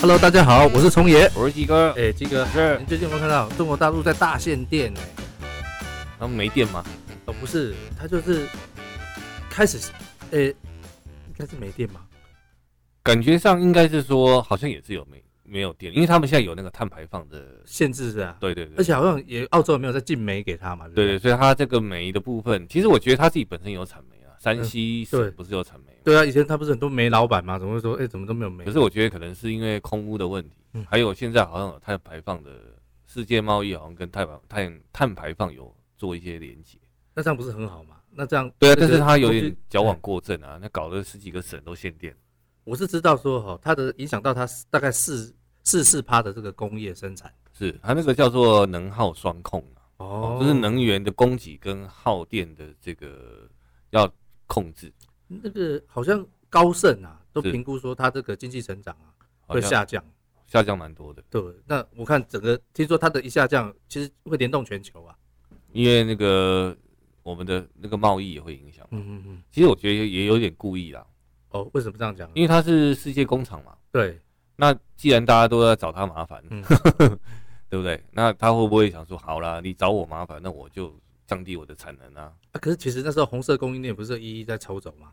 Hello，大家好，我是虫爷。我是鸡哥，哎，鸡哥，是你最近有没有看到中国大陆在大限电呢、他们没电吗？哦，不是，他就是开始，呃，应该是没电吧？感觉上应该是说，好像也是有没没有电，因为他们现在有那个碳排放的，限制是啊，对对对，而且好像也澳洲也没有在禁煤给他嘛。对不对，所以它这个煤的部分，其实我觉得它自己本身有产煤啊，山西对省不是有产煤吗？对啊，以前他不是很多煤老板嘛，怎么会说哎、怎么都没有煤？可是我觉得可能是因为空污的问题嗯，还有现在好像有碳排放的世界贸易好像跟碳排碳碳排放有做一些连接。那这样不是很好吗？那这样对啊，这但个是它有东西点矫枉过正啊，那搞得十几个省都限电。我是知道说哈，它的影响到它大概四四四趴的这个工业生产是，它那个叫做能耗双控啊。哦，就是能源的供给跟耗电的这个要控制，那个好像高盛啊都是评估说它这个经济成长啊好会像下降，下降蛮多的，对，那我看整个听说它的一下降，其实会联动全球啊。因为那个我们的那个贸易也会影响。嗯嗯嗯。其实我觉得也有点故意啦，哦，为什么这样讲？因为它是世界工厂嘛，对，那既然大家都在找他麻烦，嗯 对不对？那他会不会想说，好啦，你找我麻烦，那我就降低我的产能啊？啊，可是其实那时候红色供应链不是一一在抽走吗？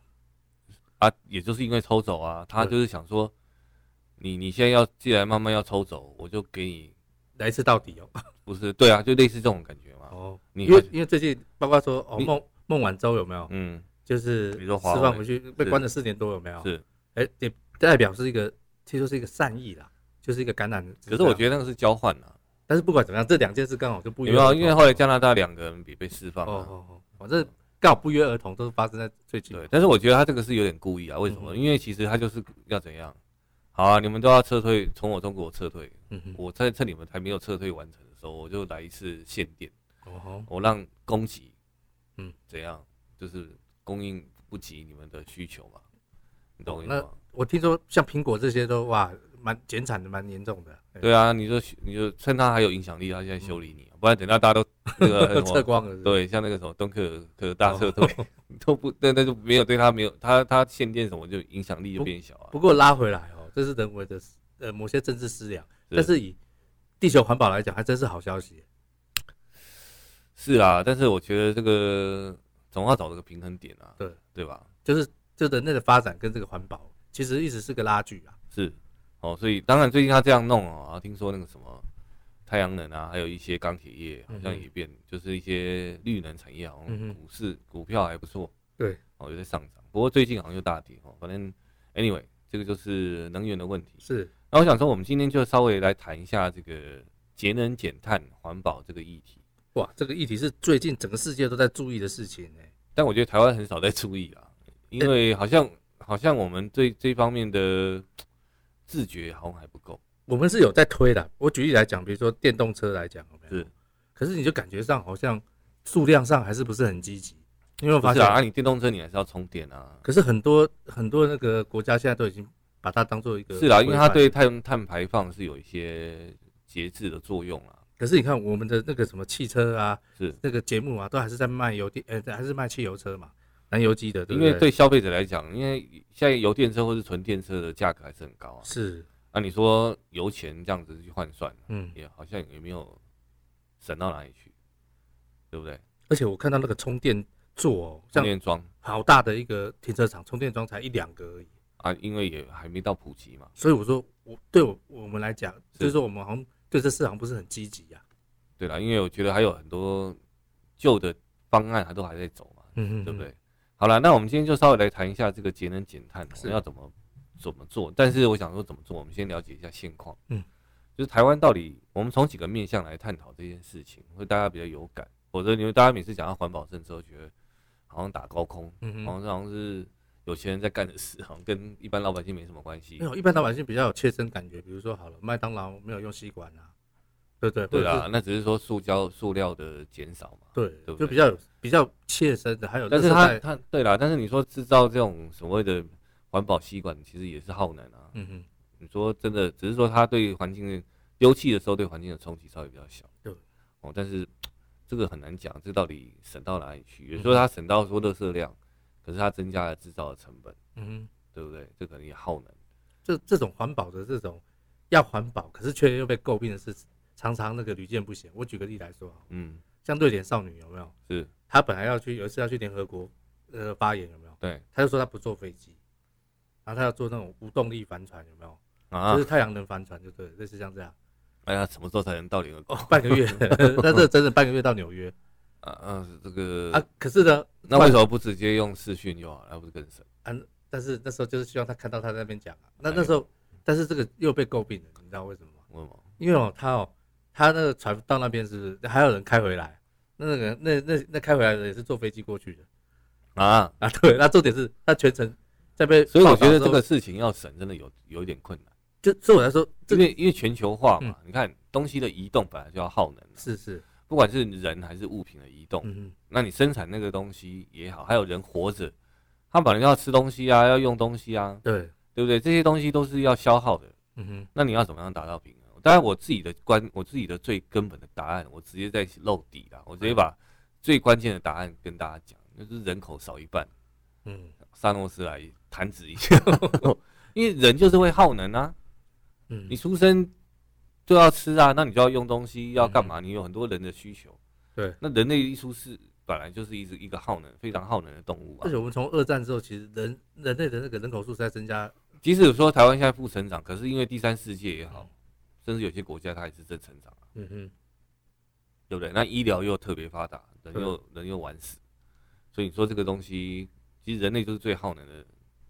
啊，也就是因为抽走啊，他对就是想说，你你现在要既然慢慢要抽走，我就给你来一次到底哦。不是对啊，就类似这种感觉嘛。 哦，你因为还因为最近包括说哦你孟孟晚舟有没有，嗯，就是你吃说华为饭回去被是关了四年多有没有？是，哎，也代表是一个听说是一个善意啦，就是一个感染。可是我觉得那个是交换啊，但是不管怎么样，这两件事刚好就不有约没有？而同。因为后来啊加拿大两个人也被释放哦了、哦哦，反正刚好不约而同都是发生在最近。对，但是我觉得他这个是有点故意啊，为什么？嗯因为其实他就是要怎样，好啊，你们都要撤退，从我中国撤退，嗯哼，我在趁你们还没有撤退完成的时候，我就来一次限电，哦吼，我让供给，嗯，怎样，就是供应不及你们的需求嘛，你懂我意哦那思吗？我听说像苹果这些都哇，蛮减产的，蛮严重的。哎，对啊，你就你就趁他还有影响力，他现在修理你啊，不然等到大家 都那个什么嗯撤光了是不是。哦对，像那个什么敦刻尔克大撤退、 都不，那那就没有对他没有他他限电什么就影响力就变小啊。不过拉回来哦，这是人为的呃某些政治思量，但是以地球环保来讲，还真是好消息。是啊，但是我觉得这个总要找这个平衡点啊，对对吧？就是就人类的发展跟这个环保，其实一直是个拉锯啊。是哦，所以当然最近他这样弄哦，啊听说那个什么太阳能啊，还有一些钢铁业好像嗯哼也变，就是一些绿能产业好嗯像哼股市、股票还不错，对哦有在上涨，不过最近好像又大跌哦，反正 anyway 这个就是能源的问题。是，那我想说，我们今天就稍微来谈一下这个节能减碳、环保这个议题。哇，这个议题是最近整个世界都在注意的事情哎、但我觉得台湾很少在注意啦，因为好像 好像我们对这方面的自觉好像还不够。我们是有在推的。我举例来讲，比如说电动车来讲，有没有是，可是你就感觉上好像数量上还是不是很积极，因为我不发是现，啊，啊你电动车你还是要充电啊。可是很多很多那个国家现在都已经把它当做一个是啦，因为规它范对碳碳排放是有一些节制的作用啦。可是你看我们的那个什么汽车啊，是那个节目啊，都还是在卖油电，呃，还是卖汽油车嘛，燃油机的，对因不对？为对消费者来讲，因为现在油电车或是纯电车的价格还是很高啊。是，那、你说油钱这样子去换算，嗯，也好像也没有省到哪里去，对不对？而且我看到那个充电座哦，充像电桩好大的一个停车场，充电桩才一两个而已，啊，因为也还没到普及嘛。所以我说我对我我们来讲，就是说我们好像对这市场不是很积极啊呀，对啦，因为我觉得还有很多旧的方案，它都还在走嘛，嗯对不对？？好了，那我们今天就稍微来谈一下这个节能减碳，我是们要怎么怎么做。但是我想说怎么做，我们先了解一下现况。嗯，就是台湾到底，我们从几个面向来探讨这件事情，会大家比较有感。否则你们大家每次讲到环保政策，都觉得好像打高空，嗯好嗯，像好像是有钱人在干的事， 好像跟一般老百姓没什么关系没。有，一般老百姓比较有切身感觉，比如说好了，麦当劳没有用吸管啊，对不对？对或者啦是，那只是说塑胶塑料的减少嘛。对对，不就对比较有比较切身的，还有但是热它带它对啦，但是你说制造这种所谓的环保吸管，其实也是耗能啊。嗯嗯。你说真的，只是说它对环境的丢弃的时候对环境的冲击稍微比较小。对。哦，但是这个很难讲，这到底省到哪里去？嗯有时候它省到说热色量，可是它增加了制造的成本，嗯哼对不对？这可能也耗能。这这种环保的这种要环保，可是却又被诟病的是常常那个屡见不鲜。我举个例来说啊，嗯，像瑞典少女有没有？是她本来要去有一次要去联合国呃发言有没有？对她就说她不坐飞机，然后她要坐那种无动力帆船有没有？啊就，是太阳能帆船就对了，类似像这样。哎呀，什么时候才能到联合国？哦，半个月，那这真的半个月到纽约啊啊，这个、啊！可是呢，那为什么不直接用视讯就好？那不是更省？啊但是那时候就是希望他看到他在那边讲啊。那哎那时候，但是这个又被诟病了，你知道为什么吗？为什么？因为哦，他哦，他那个船到那边是不是还有人开回来？那个人那那那开回来的也是坐飞机过去的啊，啊。对，那重点是他全程在被，所以我觉得这个，事情要省真的有有一点困难，就对我来说，这因个嗯为因为全球化嘛，你看东西的移动本来就要耗能，是是，不管是人还是物品的移动，嗯嗯，那你生产那个东西也好，还有人活着，他本来就要吃东西啊，要用东西啊，对，对不对？这些东西都是要消耗的，嗯哼，那你要怎么样达到平衡？当然，我自己的关，我自己的最根本的答案，我直接在露底了，我直接把最关键的答案跟大家讲，就是人口少一半，嗯萨诺斯来弹指一 下，因为人就是会耗能啊，嗯，你出生就要吃啊，那你就要用东西，要干嘛？你有很多人的需求。对，那人类一出世本来就是一只一个耗能非常耗能的动物啊而且。我们从二战之后，其实人人类的那个人口数是在增加，即使说台湾现在负成长，可是因为第三世界也好，甚至有些国家它也是正成长啊，嗯哼，对不对？那医疗又特别发达，人又人又晚死，所以你说这个东西，其实人类就是最耗能的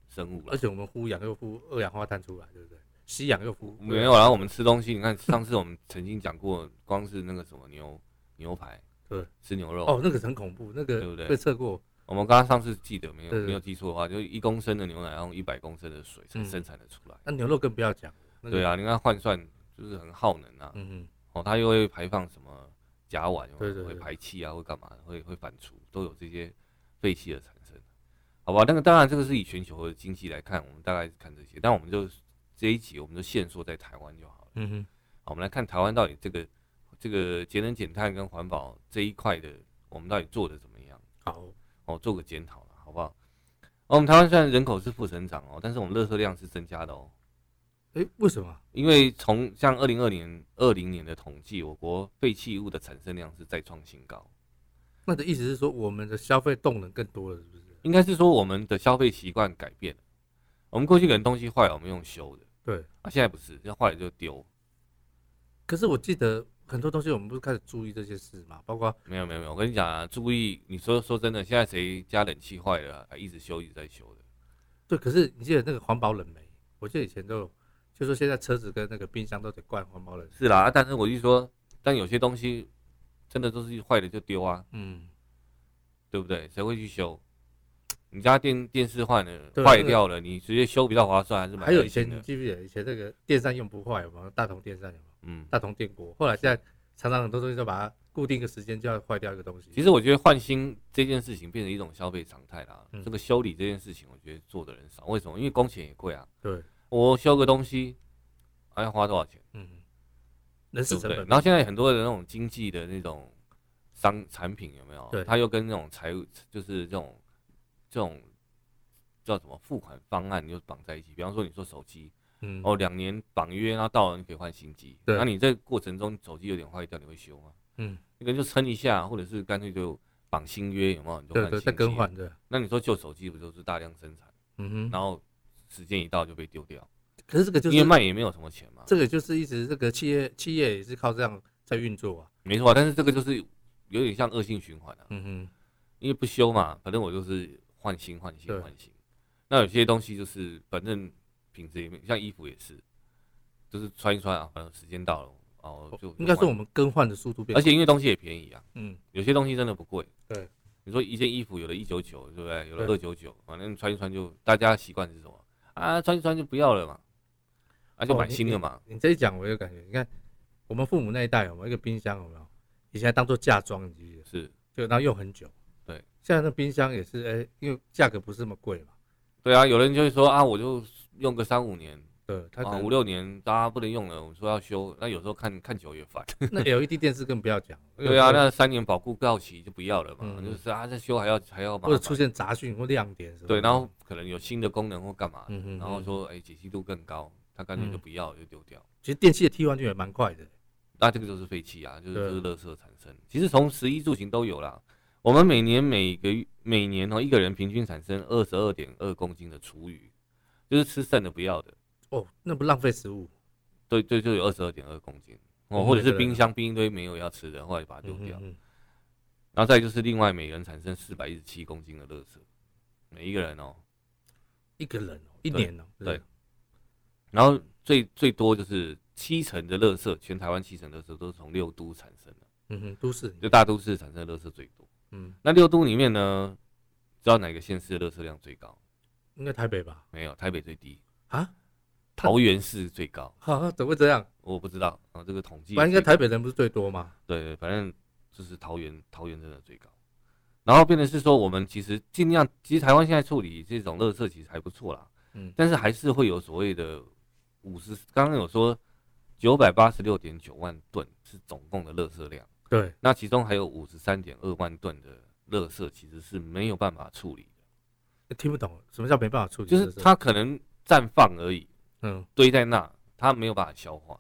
生物而了。且我们呼氧又呼二氧化碳出来，对不对？吸氧又呼，没有，然后我们吃东西，你看上次我们曾经讲过，光是那个什么牛牛排，对，吃牛肉，哦，那个很恐怖，那个对不对被测过，我们刚刚上次记得没有？对对没有记错的话，就是一公升的牛奶要用一百公升的水才嗯生产的出来。那牛肉更不要讲，那个对，啊，你看换算就是很耗能啊。嗯哦，它又会排放什么甲烷，对对对会排气啊，会干嘛？会会反刍，都有这些废气的产生。好吧，那个当然这个是以全球的经济来看，我们大概是看这些，但我们就这一集我们就限缩在台湾就好了。嗯嗯好，我们来看台湾到底这个这个节能减碳跟环保这一块的，我们到底做的怎么样？哼，好，哦，做个检讨了，好不好？哦，我们台湾虽然人口是负成长哦，但是我们垃圾量是增加的哦，哎，为什么？因为从像二零二年二零年的统计，我国废弃物的产生量是再创新高，那你的意思是说我们的消费动能更多了，是不是？应该是说我们的消费习惯改变了。我们过去可能东西坏了，我们用修的，对。啊，现在不是，要坏了就丢。可是我记得很多东西我们不是开始注意这些事嘛，包括没有没有没有，我跟你讲啊，注意，你说说真的，现在谁家冷气坏了、啊，还一直修一直在修的，对，可是你记得那个环保冷媒，我记得以前都有，就说现在车子跟那个冰箱都得灌环保冷媒，是啦。啊但是我就说，但有些东西真的都是坏了就丢啊，嗯，对不对？谁会去修？你家电电视换了，对啊坏那个掉了，你直接修比较划算，还是蛮还有开以心前你的。记不记得以前那个电扇用不坏，有没有大同电扇有没有嗯，大同电锅？后来现在常常很多东西都把它固定一个时间就要坏掉一个东西，其实我觉得换新这件事情变成一种消费常态啦。嗯这个修理这件事情，我觉得做的人少，为什么？因为工钱也贵啊。对，我修个东西，还、要花多少钱，嗯，人对事不成对？本然后现在很多的那种经济的那种商产品有没有？对它又跟那种财务，就是这种这种叫什么付款方案又绑在一起。比方说，你说手机，嗯哦，两年绑约，然后到了你可以换新机。对那你这过程中手机有点坏掉，你会修吗？嗯，你可能就撑一下，或者是干脆就绑新约，有没有？你就对换新对，机。在更换。对，那你说旧手机不就是大量生产，嗯哼，然后时间一到就被丢掉，可是这个就是因为卖也没有什么钱嘛。这个就是一直这个企业企业也是靠这样在运作啊。没错啊，但是这个就是有点像恶性循环啊，嗯哼，因为不修嘛，反正我就是换新换新对换新。那有些东西就是反正品质也没，像衣服也是，就是穿一穿啊，反正时间到了哦，就应该是说我们更换的速度变，而且因为东西也便宜啊，嗯，有些东西真的不贵。对，你说一件衣服有的一九九，对不对？有的对二九九，反正穿一穿就大家习惯是什么啊？穿一穿就不要了嘛，啊就哦买你新的嘛。你这一讲我有感觉，你看我们父母那一代有没有一个冰箱有没有？以前还当做嫁妆，你记不记得？是，就然后用很久。对，现在那冰箱也是，哎，因为价格不是那么贵嘛，对啊，有人就会说啊，我就用个三五年对，它可啊能五六年，大家不能用了，我说要修，那有时候看看久也 烦。那 LED 电视更不要讲。 对啊，那三年保固到期就不要了嘛，嗯就是啊这修还要还要麻或者出烦。现杂讯或亮点什么的。对，然后可能有新的功能或干嘛的，嗯哼然后说哎解析度更高，它干脆就嗯不要就丢掉。其实电器的替换率也蛮快的，那这个就是废气啊，就是对就是垃圾产生。其实从食衣住行都有啦。我们每年每个月每年哦，一个人平均产生二十二点二公斤的厨余，就是吃剩的不要的，哦，那不浪费食物，对对，就有二十二点二公斤我哦，们或者每是个人冰箱冰一堆没有要吃的，后来把它丢掉。嗯嗯嗯然后再就是另外每人产生四百一十七公斤的垃圾，每一个人哦。一个人哦，一对年哦，是不是对然后最最多就是七成的垃圾，全台湾七成垃圾都是从六都产生的，嗯哼，都市，就大都市产生的垃圾最多。嗯，那六都里面呢，知道哪个县市的垃圾量最高？应该台北 吧？没有，台北最低，啊，它桃园市最高，哈，怎么会这样？我不知道啊，这个统计。反正应该台北人不是最多吗？对对，反正就是桃园，桃园真的最高。然后变成是说，我们其实尽量，其实台湾现在处理这种垃圾其实还不错啦，嗯但是还是会有所谓的五十，刚刚有说九百八十六点九万吨是总共的垃圾量，对，那其中还有五十三点二万吨的垃圾其实是没有办法处理的，欸听不懂什么叫没办法处理，就是这事，它可能绽放而已，嗯，堆在那，它没有办法消化。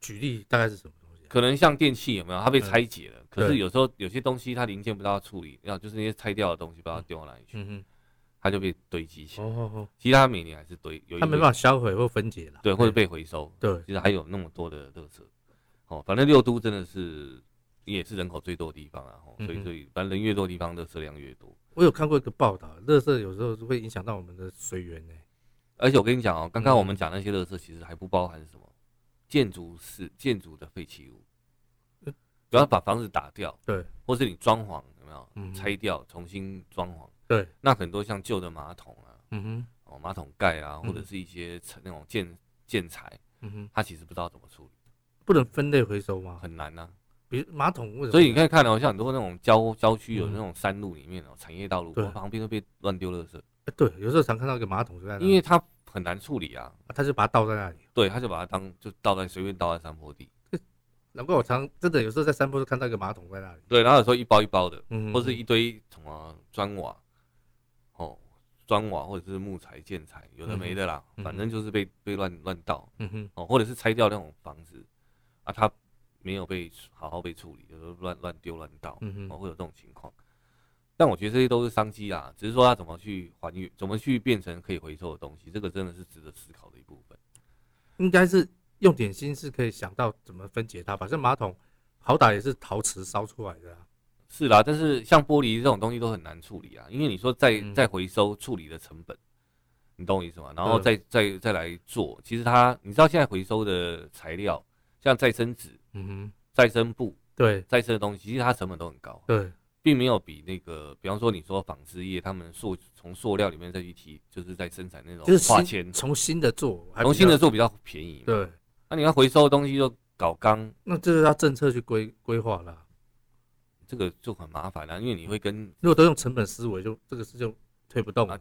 举例大概是什么东西啊？可能像电器有没有，它被拆解了，可嗯是对有时候有些东西它零件不知道处理，然后就是那些拆掉的东西不知道丢到哪里去，嗯它就被堆积起哼，来。哦哦哦，其实它每年还是堆，有一它没堆办法销毁或分解了，对，或者被回收，对，其实还有那么多的垃圾。哦，反正六都真的是也是人口最多的地方啊，哦、所嗯以哼所以反正人越多的地方，垃圾量越多。我有看过一个报道，垃圾有时候会影响到我们的水源欸呢、而且我跟你讲哦，刚刚嗯我们讲那些垃圾，其实还不包含什么建筑是建筑的废弃物，呃不要把房子打掉，对，或是你装潢有没有、嗯拆掉重新装潢？对，那很多像旧的马桶啊，嗯哼，哦马桶盖啊，嗯或者是一些材那种建建材，嗯哼，它其实不知道怎么处理，不能分类回收吗？很难呐、比如马桶为什么？所以你可以看到、像很多那种郊郊区有嗯那种山路里面哦，产业道路对旁边都被乱丢垃圾，呃对，有时候常看到一个马桶就在那，因为它很难处理啊。啊他就把它倒在那里。对，他就把它当就倒在随便倒在山坡地，难怪我常真的有时候在山坡就看到一个马桶在那里，对，然后有时候一包一包的，嗯或是一堆什么砖瓦，哦，砖瓦或者是木材建材，有的没的啦，嗯哼反正就是被被乱乱倒嗯哼，哦，或者是拆掉那种房子啊，它没有被好好被处理，有时候乱乱丢乱倒，嗯哦，哼，会有这种情况。但我觉得这些都是商机啦，只是说它怎么去还原，怎么去变成可以回收的东西，这个真的是值得思考的一部分。应该是用点心是可以想到怎么分解它吧。像马桶，好歹也是陶瓷烧出来的、啊，是啦，但是像玻璃这种东西都很难处理啊，因为你说再嗯再回收处理的成本，你懂我意思吗？然后对再再再来做，其实它你知道现在回收的材料，像再生纸、嗯哼，再生布、对再生的东西，其实它成本都很高，对，并没有比那个，比方说你说纺织业，他们塑从塑料里面再去提，就是在生产那种就是化新纤，从新的做，还比较嗯从新的做比较便宜嘛。对，那你要回收的东西就搞钢，那这就是要政策去规规划了啊。这个就很麻烦啦、啊因为你会跟如果都用成本思维，就这个事就推不动了。啊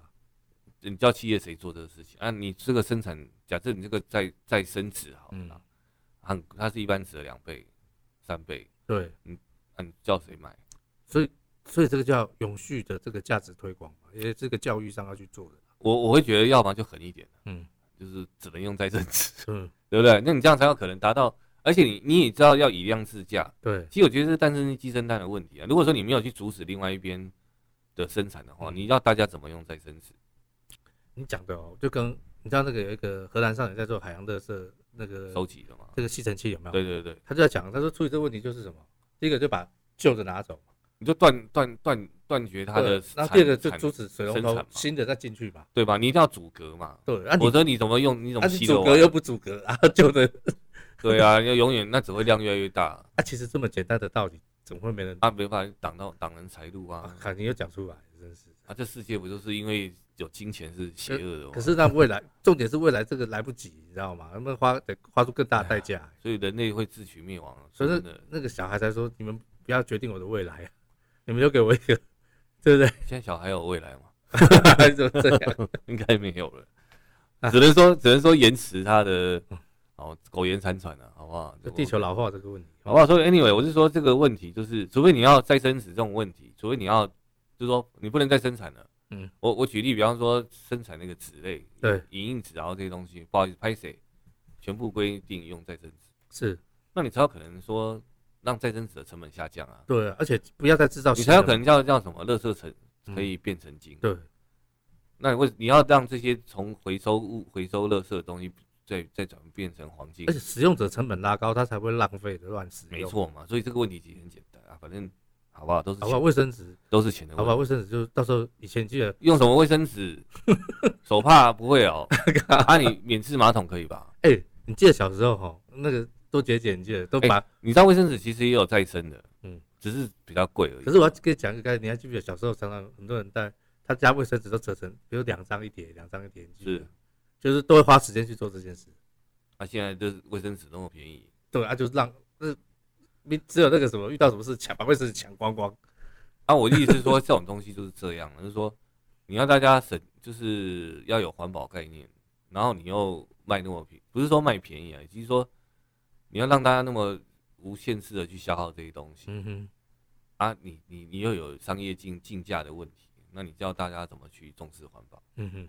你叫企业谁做这个事情啊？你这个生产，假设你这个再再生值好了嗯啦，很、它是一般值的两倍、三倍，对，那、你叫谁买？所以所以这个叫永续的这个价值推广嘛，也是这个教育上要去做的。我我会觉得，要么就狠一点，啊嗯就是只能用再生值，嗯， 对不对？那你这样才有可能达到，而且你你也知道要以量制价。对，其实我觉得是诞生鸡生蛋的问题啊。如果说你没有去阻止另外一边的生产的话，嗯你要大家怎么用再生纸？你讲的哦，就跟你知道那个有一个荷兰上人在做海洋垃圾那个收集的嘛？这个吸尘器有没有？对对对，他就在讲，他说处理这个问题就是什么，第一个就把旧的拿走，你就断断断断绝它的对然后产，第二个就产阻止水龙生头产嘛新的再进去嘛。对吧？你一定要阻隔嘛。对，那、啊、否你则你怎么用？你怎那、啊、么你吸得阻隔完？又不阻隔， 然后旧的， 对啊，要永远那只会量越来越大，啊，其实这么简单的道理，怎么会没人？啊，没办法挡到挡人财路啊啊！，看你又讲出来，真是。啊，这世界不就是因为有金钱是邪恶的吗？可是那未来，重点是未来这个来不及，你知道吗？他们花得花出更大的代价、所以人类会自取灭亡啊。所以哎真的，那个小孩才说：“你们不要决定我的未来，啊 你们就给我一个， 对不对现在小孩有未来 吗？？”还是这样？应该没有了，啊只能说只能说延迟它的哦苟延残喘了，好不好？地球老化这个问题， 好不好？所以 anyway，我是说这个问题就是，除非你要再生子这种问题，除非你要就是说你不能再生产了。嗯，我我举例，比方说生产那个纸类，对，银印纸，然后这些东西，不好意思，拍谁？全部规定用再生纸，是那你才有可能说让再生纸的成本下降啊，对，而且不要再制造你新哦才的，有可能叫叫什么，垃圾成嗯可以变成金。对，那你为你要让这些从回收物、回收垃圾的东西再再转变成黄金而，且使用者成本拉高，它才不会浪费的乱使用。没，错嘛？所以这个问题其实很简单啊，反正好不好都是好吧，钱，卫生纸，都是钱的好吧，问题。卫生纸就是到时候以前记得，用什么卫生纸？手帕不 会哦，啊，你免治马桶可以吧？哎、你记得小时候哈，那个多节俭，你记得都把。你知道卫生纸其实也有再生的，嗯嗯，只是比较贵而已。可是我要跟你讲一个概念，你还记不记得小时候常常很多人带他家卫生纸都折成，比如两张一叠，两张一叠，你记不记得是，就是都会花时间去做这件事。啊，现在就是卫生纸那么便宜，对啊，就是让那你只有那个什么遇到什么事抢把卫生纸抢光光。啊，我的意思是说，这 种东西就是这样，就是说你要大家省，就是要有环保概念，然后你又卖那么便，不是说卖便宜啊，就是说你要让大家那么无限制的去消耗这些东西嗯哼，啊，你你你又有商业竞竞价的问题，那你教大家怎么去重视环保，嗯哼，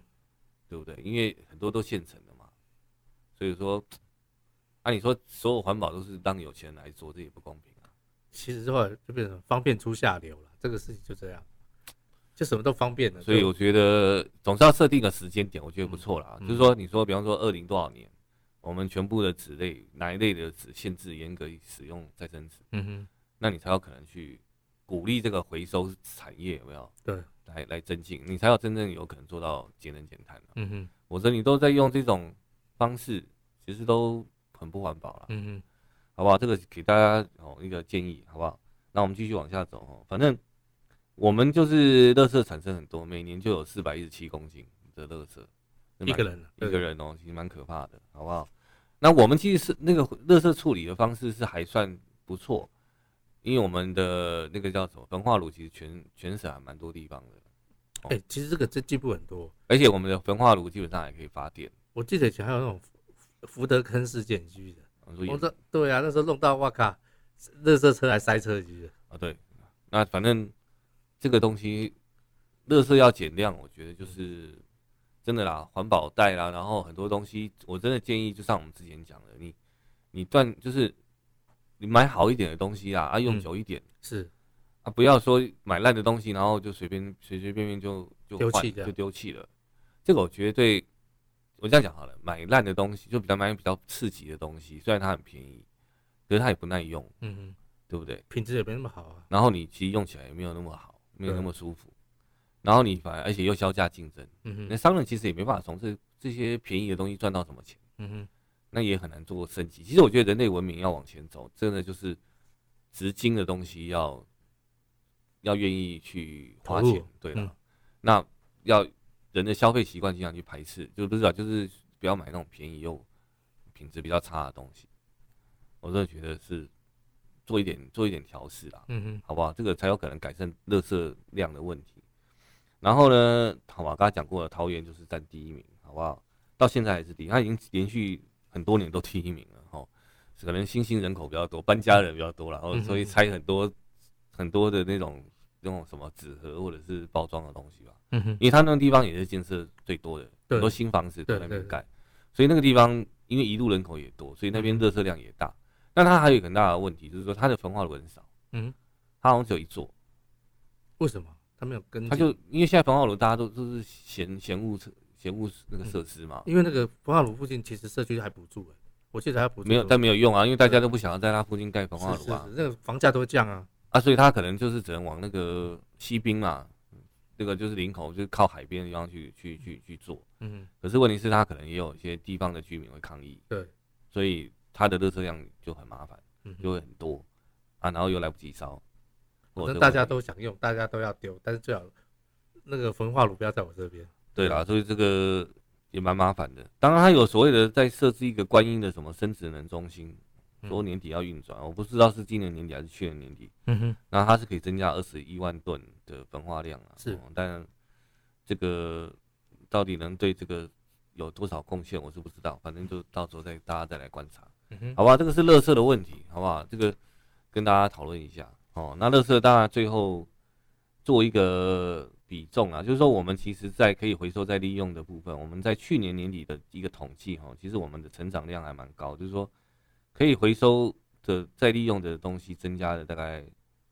对不对？因为很多都现成的嘛，所以说，啊，你说所有环保都是让有钱人来做，这也不公平啊。其实后来就变成方便出下流了，这个事情就这样，就什么都方便了。所以就我觉得总是要设定个时间点，我觉得不错啦。嗯就是说，你说比方说二零多少年，我们全部的纸类哪一类的纸限制严格使用再生纸，嗯哼，那你才有可能去鼓励这个回收产业有没有？对，来来增进，你才有真正有可能做到节能减碳、啊。嗯哼，我说你都在用这种方式，其实都很不环保了。嗯哼，好不好？这个给大家哦一个建议，好不好？那我们继续往下走哦。反正我们就是垃圾产生很多，每年就有四百一十七公斤的垃圾，一个人了啊一个人哦，其实蛮可怕的，好不好？那我们其实是那个垃圾处理的方式是还算不错，因为我们的那个叫什么焚化炉，其实全全省还蛮多地方的，哎、其实这个这进步很多。而且我们的焚化炉基本上也可以发电。我记得以前还有那种福福德坑事件，你记不记得？我说我也这对啊，那时候弄到哇靠，热圾车还塞车，你记不记得？啊，对，那反正这个东西，垃圾要减量，我觉得就是真的啦，环保袋啦，然后很多东西，我真的建议，就像我们之前讲的，你你断就是你买好一点的东西啊，啊用嗯久一点、是，啊，不要说买烂的东西，然后就随便随随便便就就丢换弃掉就丢弃了，这个我觉得对。我这样讲好了，买烂的东西就比较买比较刺激的东西，虽然它很便宜，可是它也不耐用，嗯哼，对不对？品质也没那么好啊。然后你其实用起来也没有那么好，没有对那么舒服，然后你反而而且又销价竞争，嗯那哼，商人其实也没办法从这这些便宜的东西赚到什么钱，嗯哼，那也很难做升级。其实我觉得人类文明要往前走，真的就是值金的东西要要愿意去花投钱入，对了，嗯那要人的消费习惯经常去排斥，就不是啊，就是不要买那种便宜又品质比较差的东西。我真的觉得是做一点做一点调试啦。嗯哼，好不好？这个才有可能改善垃圾量的问题。然后呢，好吧，刚才讲过了，桃园就是占第一名，好不好？到现在还是第一，他已经连续很多年都第一名了，吼。可能新兴人口比较多，搬家人比较多然后嗯哼所以拆很多很多的那种那种什么纸盒或者是包装的东西吧。嗯哼，因为他那个地方也是建设最多的，对很多新房子都在那对对边对盖，所以那个地方因为一路人口也多，所以那边热车量也大。那它还有一个很大的问题，就是说它的焚化炉很少，嗯，它好像只有一座，为什么他没有跟进？它就因为现在焚化炉大家都都是嫌嫌恶设嫌恶那个设施嘛，因为那个焚化炉附近其实社区还补助哎、我记得还要补助没有多但没有用啊，因为大家都不想要在它附近盖焚化是炉啊是是，那个房价都会降啊。啊，所以它可能就是只能往那个西滨嘛，那个就是林口，就是靠海边的地方去去去去做。嗯哼，可是问题是，它可能也有一些地方的居民会抗议，对，所以它的热车量就很麻烦，嗯就哼，会很多啊，然后又来不及烧。反我正就大家都想用，大家都要丢，但是最好那个焚化炉不要在我这边。对啦，所以这个也蛮麻烦的。当然，它有所谓的在设置一个观音的什么生殖能中心，嗯说年底要运转，我不知道是今年年底还是去年年底。嗯哼，那它是可以增加二十一万吨的焚化量啊，是哦，但这个到底能对这个有多少贡献，我是不知道，反正就到时候再大家再来观察。嗯哼，好吧，这个是乐色的问题，好不好？这个跟大家讨论一下哦。那乐色当然最后做一个比重啊，就是说我们其实，在可以回收再利用的部分，我们在去年年底的一个统计哈，其实我们的成长量还蛮高，就是说可以回收的再利用的东西增加了大概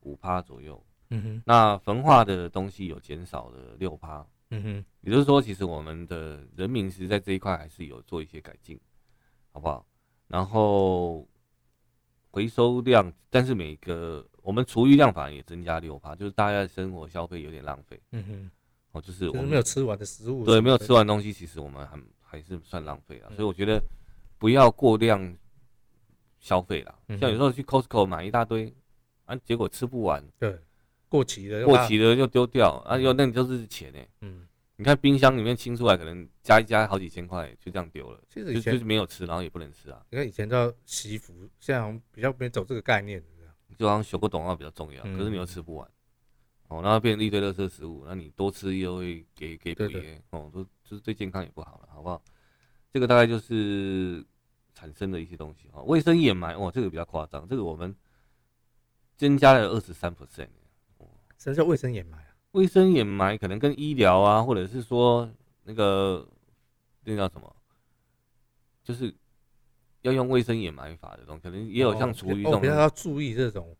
五趴左右，嗯哼，那焚化的东西有减少了六趴，嗯哼，也就是说，其实我们的人民其实在这一块还是有做一些改进，好不好？然后回收量，但是每个我们厨余量反而也增加六趴，就是大家的生活消费有点浪费嗯哼，哦，就是我就是们没有吃完的食物，对没有吃，完东西，其实我们还还是算浪费嗯了，所以我觉得不要过量消费啦。嗯哼像有时候去 Costco 买一大堆啊，结果吃不完，对，过期的，过，期了又丢掉啊，又那你就是钱哎、嗯，你看冰箱里面清出来，可能加一加好几千块，就这样丢了，其实就以就前是没有吃，然后也不能吃啊，你看以前叫惜福，现在好像比较没走这个概念，就好像修不懂啊比较重要，嗯可是你又吃不完，哦，然后变成一堆垃圾食物，那你多吃又会给给对别哦，都就是对健康也不好了，好不好？这个大概就是产生的一些东西哈，哦卫、生掩埋哦，这个比较夸张，这个我们增加了二十三 percent，什么叫卫生掩埋啊？卫生掩埋可能跟医疗啊，或者是说那个那叫什么，就是要用卫生掩埋法的东西，可能也有像厨余这哦，种比。较要注意这种，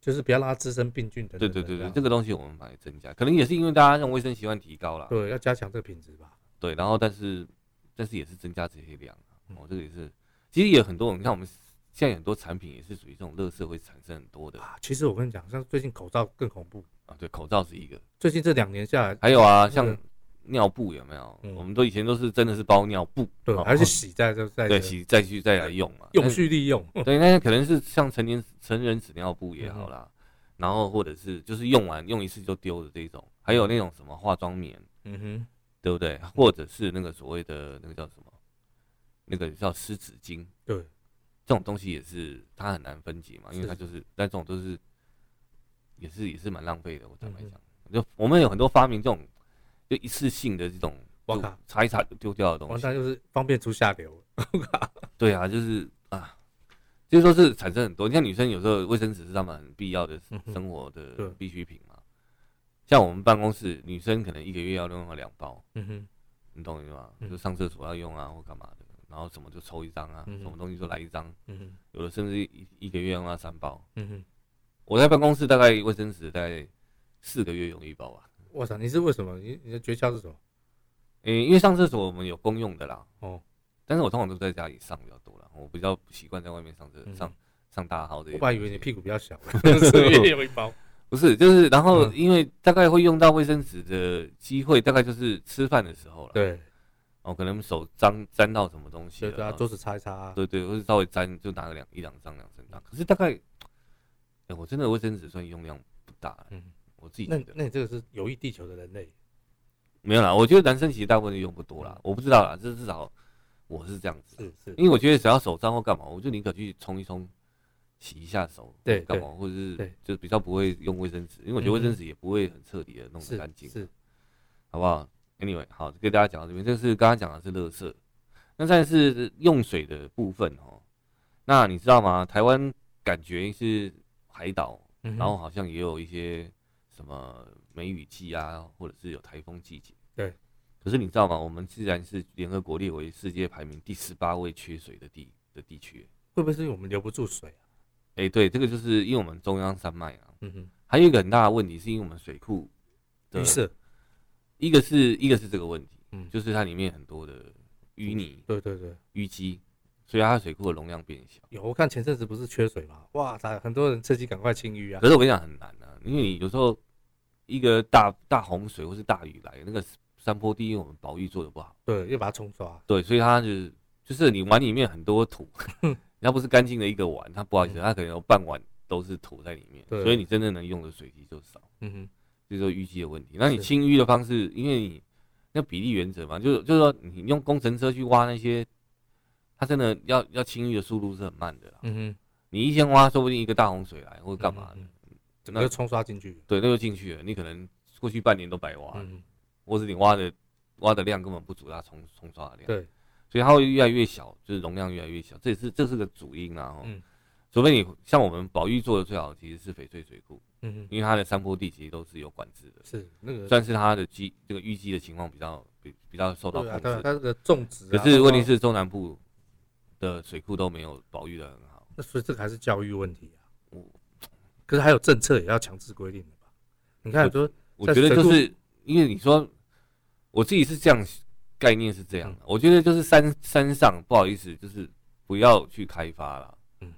就是不要让它滋生病菌等对等对的，对对，这这样个东西我们把它增加，可能也是因为大家用卫生习惯提高了，啊对要加强这个品质吧，对，然后但是但是也是增加这些量啊，嗯哦，这个也是，其实也很多，你看我们现在很多产品也是属于这种垃圾会产生很多的啊，其实我跟你讲，像最近口罩更恐怖，啊，对，口罩是一个，最近这两年下来，还有啊，那个像尿布有没有？嗯我们都以前都是真的是包尿布，对，哦还是洗在这在对这洗再去再来用嘛，永续利用，嗯对，那可能是像成年成人纸尿布也好啦，然后或者是就是用完用一次就丢的这种，还有那种什么化妆棉，嗯哼，对不对？或者是那个所谓的那个叫什么，那个叫湿纸巾，对，这种东西也是它很难分解嘛，因为它是就是，但这种都是也是也是蛮浪费的。我坦白嗯哼讲，就我们有很多发明这种就一次性的这种，哇就咔擦一擦就丢掉的东完西，蛋就是方便出下流，对啊，就是啊，就是说是产生很多。你像女生有时候卫生纸是她们很必要的嗯哼生活对的必需品嘛。像我们办公室女生可能一个月要用个两包，嗯哼，你懂我意思吗？嗯就上厕所要用啊，或干嘛的，然后什么就抽一张啊，嗯哼什么东西就来一张，嗯哼，有的甚至一一个月用到三包。嗯哼，我在办公室大概卫生纸大概四个月用一包啊吧。我操，你是为什么？你你的诀窍是什么？诶、因为上厕所我们有公用的啦，哦，但是我通常都在家里上比较多啦，我比较不习惯在外面上厕嗯上上大号这些我东本来西。以为你屁股比较 小，所以也有一包，不是，就是然后嗯因为大概会用到卫生纸的机会，大概就是吃饭的时候了。对，哦，可能手脏沾到什么东西所以了，对啊，哦桌子擦一擦啊，对对，或者稍微沾就拿个两一两张两三张。可是大概，哎、哎我真的卫生纸算用量不大，嗯，我自己那觉得那你这个是有益地球的人类，没有啦。我觉得男生其实大部分用不多啦，我不知道啦，这至少我是这样子。嗯是是，因为我觉得只要手脏或干嘛，我就宁可去冲一冲，洗一下手，对干嘛，或者对嗯是就比较不会用卫生纸，因为我觉得卫生纸也不会很彻底的弄得是干净，啊是，好不好？Anyway，好，跟大家讲到这边，这是刚刚讲的是垃圾，那再来是用水的部分哦。那你知道吗？台湾感觉是海岛，然然后好像也有一些什么梅雨季啊，或者是有台风季节。对。可是你知道吗？我们既然是联合国列为世界排名第十八位缺水的地的地区，会不会是因为我们留不住水啊？哎、对，这个就是因为我们中央山脉啊，嗯哼，还有一个很大的问题，是因为我们水库的于，是，一个是一个是这个问题，嗯就是它里面很多的淤泥、对对对，淤积，所以它水库的容量变小。有我看前阵子不是缺水嘛，哇塞，很多人趁机赶快清淤啊可，是我跟你讲很难啊，因为你有时候一个大大洪水或是大雨来，那个山坡地因为我们保育做的不好。对，又把它冲刷，对，所以它就是就是你碗里面很 多土，它不是干净的一个碗，它不好意思，它可能有半碗都是土在里面，嗯对所以你真正能用的水滴就少，嗯哼，这就是淤积的问题。那你是清淤的方式，因为你那比例原则嘛，就是就是说你用工程车去挖那些，它真的要要清淤的速度是很慢的啦。嗯哼，你一天挖，说不定一个大洪水来或者干嘛的，嗯整个冲刷进去了，对，那就进去了。你可能过去半年都白挖，嗯，或是你挖的挖的量根本不足它冲冲刷的量。对，所以它会越来越小，就是容量越来越小，这也是这是个主因啊。哦嗯除非你像我们保育做的最好，其实是翡翠水库，嗯，因为它的山坡地其实都是有管制的，是那个算是它的基这个淤积的情况比较比比较受到对控啊，制。对啊，它这个种植、可啊，是问题包括，是中南部的水库都没有保育的很好，那所以这个还是教育问题啊我。可是还有政策也要强制规定的吧？你看，说我在觉得水就库是因为你说我自己是这样概念是这样的，嗯我觉得就是山山上不好意思，就是不要去开发了。嗯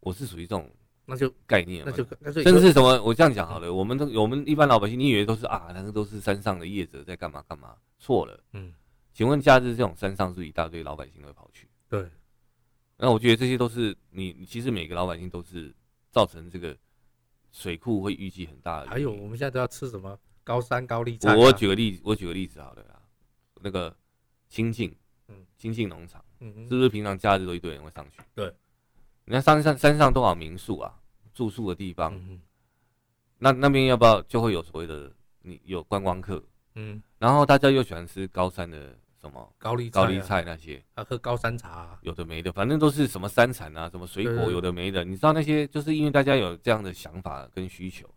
我是属于这种那就概念那嘛，就那就嗯甚至是什么，我这样讲好了，我们都我们一般老百姓，你以为都是啊，那个都是山上的业者在干嘛干嘛？错了，嗯，请问假日这种山上是不是一大堆老百姓会跑去？对，那我觉得这些都是你，你其实每个老百姓都是造成这个水库会淤积很大的原因。还有我们现在都要吃什么高山高丽菜、啊我我举个例子，我举个例子好了啦，那个清境，嗯清境农场嗯是嗯不是平常假日都一堆人会上去？对，人家山上山上多少民宿啊，住宿的地方，嗯那那边要不要就会有所谓的你有观光客，嗯，然后大家又喜欢吃高山的什么高丽高丽啊，菜那些，啊喝高山茶啊、有的没的，反正都是什么山产啊，什么水对果，对有的没的。你知道那些，就是因为大家有这样的想法跟需求，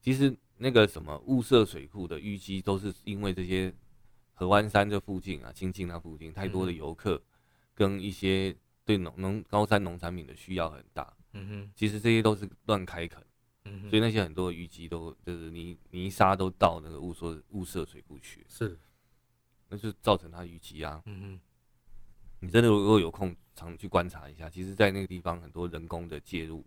其实那个什么雾社水库的淤积，都是因为这些合湾山这附近啊、清境那附近太多的嗯游客跟一些对农农高山农产品的需要很大。嗯哼其实这些都是乱开垦，嗯哼，所以那些很多的淤积都就是泥泥沙都到那个雾社雾社水库去了，是那就造成它淤积啊。嗯哼你真的如果有空常去观察一下，其实，在那个地方很多人工的介入，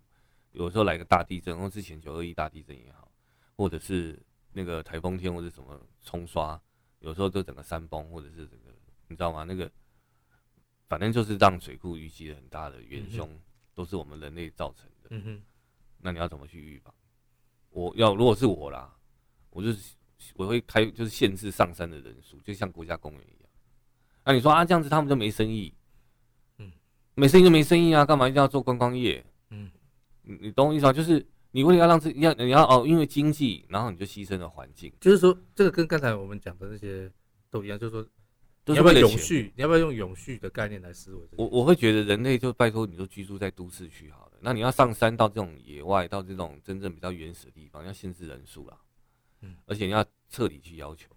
有时候来个大地震，或之前九二一大地震也好，或者是那个台风天或者什么冲刷，有时候就整个山崩，或者是整个你知道吗？那个反正就是让水库淤积了很大的元凶，都是我们人类造成的。嗯哼，那你要怎么去预防？我要如果是我啦，我就是我会开就是限制上山的人数，就像国家公园一样。那你说啊，这样子他们就没生意，嗯，没生意就没生意啊，干嘛一定要做观光业？嗯，你你懂我意思吗？就是你为了要让自己要你要哦，因为经济，然后你就牺牲了环境，就是说这个跟刚才我们讲的那些都一样，就是说你都是要不要为了永钱。续？你要不要用永续的概念来思维这个？我我会觉得人类就拜托你就居住在都市区好了，那你要上山到这种野外，到这种真正比较原始的地方，要限制人数啦，嗯而且你要彻底去要求。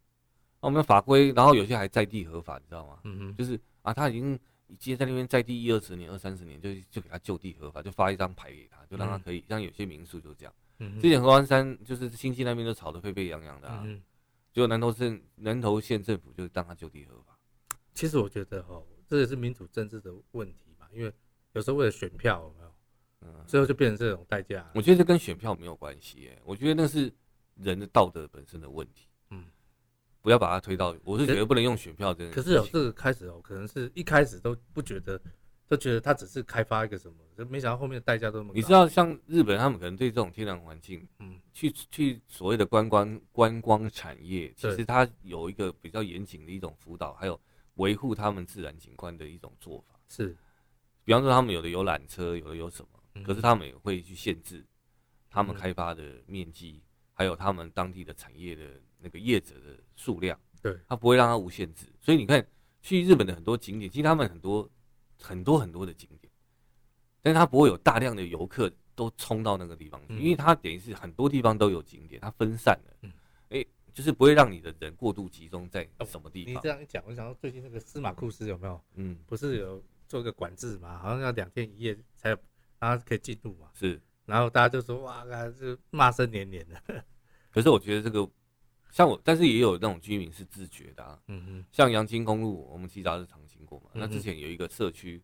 那我们的法规，然后有些还在地合法，你知道吗？嗯哼，就是啊，他已经接在那边在地一二十年、二三十年，就就给他就地合法，就发一张牌给他，就让他嗯可以，像有些民宿就这样。嗯哼之前合欢山就是新溪那边都吵得沸沸扬扬的、啊，嗯哼，结果南投县南投县政府就让他就地合法。其实我觉得哦，这也是民主政治的问题嘛，因为有时候为了选票，有没有？嗯，最后就变成这种代价了。我觉得这跟选票没有关系、耶，我觉得那是人的道德本身的问题。嗯，不要把它推到，我是可觉得不能用选票这件可事是有情。这个开始哦，可能是一开始都不觉得，都觉得他只是开发一个什么，就没想到后面的代价都那么高。你知道，像日本他们可能对这种天然环境，嗯去去所谓的观光观光产业，其对实它有一个比较严谨的一种辅导，还有维护他们自然景观的一种做法。是，比方说，他们有的有缆车，有的有什么，嗯可是他们也会去限制他们嗯开发的面积，还有他们当地的产业的那个业者的数量。对，它不会让它无限制。所以你看，去日本的很多景点，其实他们很多很多很多的景点，但是它不会有大量的游客都冲到那个地方去，嗯因为它等于是很多地方都有景点，它分散了，嗯哎、就是不会让你的人过度集中在哦什么地你方。这样一讲，我想到最近那个司马库斯有没有？嗯，不是有做个管制嘛？好像要两天一夜才有，然后可以进入嘛。是。然后大家就说哇，这骂声连连的。 可是我觉得这个，像我，但是也有那种居民是自觉的啊，嗯哼，像阳金公路，我们骑脚踏车常经过嘛。嗯那之前有一个社区，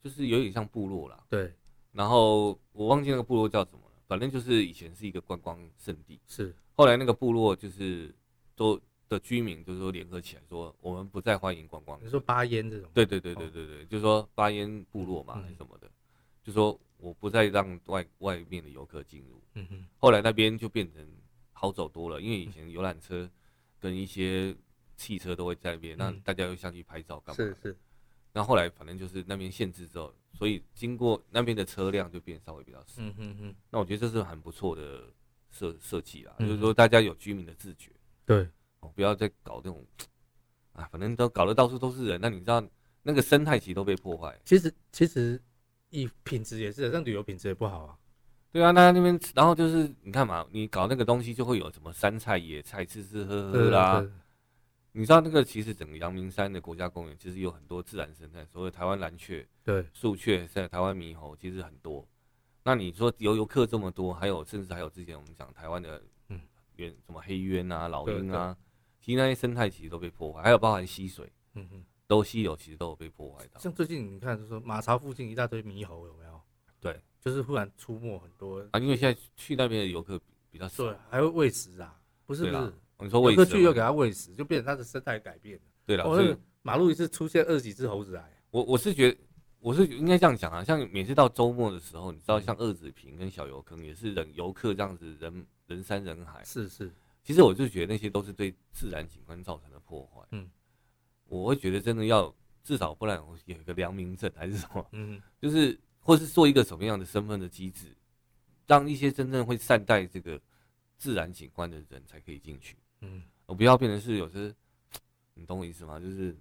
就是有点像部落啦，对，然后我忘记那个部落叫什么了，反正就是以前是一个观光圣地。是，后来那个部落就是都的居民就是说联合起来说，我们不再欢迎观光客。你说巴烟这种，对对对对对对，就是说巴烟部落嘛哦嗯还是什么的，就说我不再让外外面的游客进入。嗯哼，后来那边就变成好走多了，因为嗯以前游览车跟一些汽车都会在那边，那嗯大家又下去拍照干嘛是的？是，那后来反正就是那边限制之后，所以经过那边的车辆就变稍微比较少。嗯哼哼，那我觉得这是很不错的设设计啦，嗯就是说大家有居民的自觉，对，哦，不要再搞这种，啊，反正都搞得到处都是人，那你知道那个生态其实都被破坏。其实其实，以品质也是，像旅游品质也不好啊。对啊，那那边然后就是你看嘛，你搞那个东西就会有什么山菜、野菜，吃吃喝喝啦。对啊你知道那个其实整个阳明山的国家公园其实有很多自然生态，所谓台湾蓝雀、对，树雀，在台湾猕猴其实很多。那你说游游客这么多，还有甚至还有之前我们讲台湾的嗯鸳什么黑鸳啊、老对鹰啊，其实那些生态其实都被破坏，还有包含溪水、嗯嗯。都溪流其实都有被破坏到。像最近你看，就是说马槽附近一大堆猕猴，有没有？对，就是忽然出没很多。啊，因为现在去那边的游客比比较少，对，还会喂食啊？不是对不啦哦是，。你说游喂客去食又吗，给它喂食，就变成它的生态改变了。对了，我、所那以个马路一次出现二十几只猴子来，啊我我是觉得，我是应该这样讲啊，像每次到周末的时候，你知道像二子坪跟小油坑也是人游客这样子人人山人海，是是，其实我就觉得那些都是对自然景观造成的破坏。嗯，我会觉得真的要至少不然我有一个良民证还是什么，嗯，就是或是做一个什么样的身份的机制，让一些真正会善待这个自然景观的人才可以进去。嗯，我不要变成是有些，你懂我意思吗？就是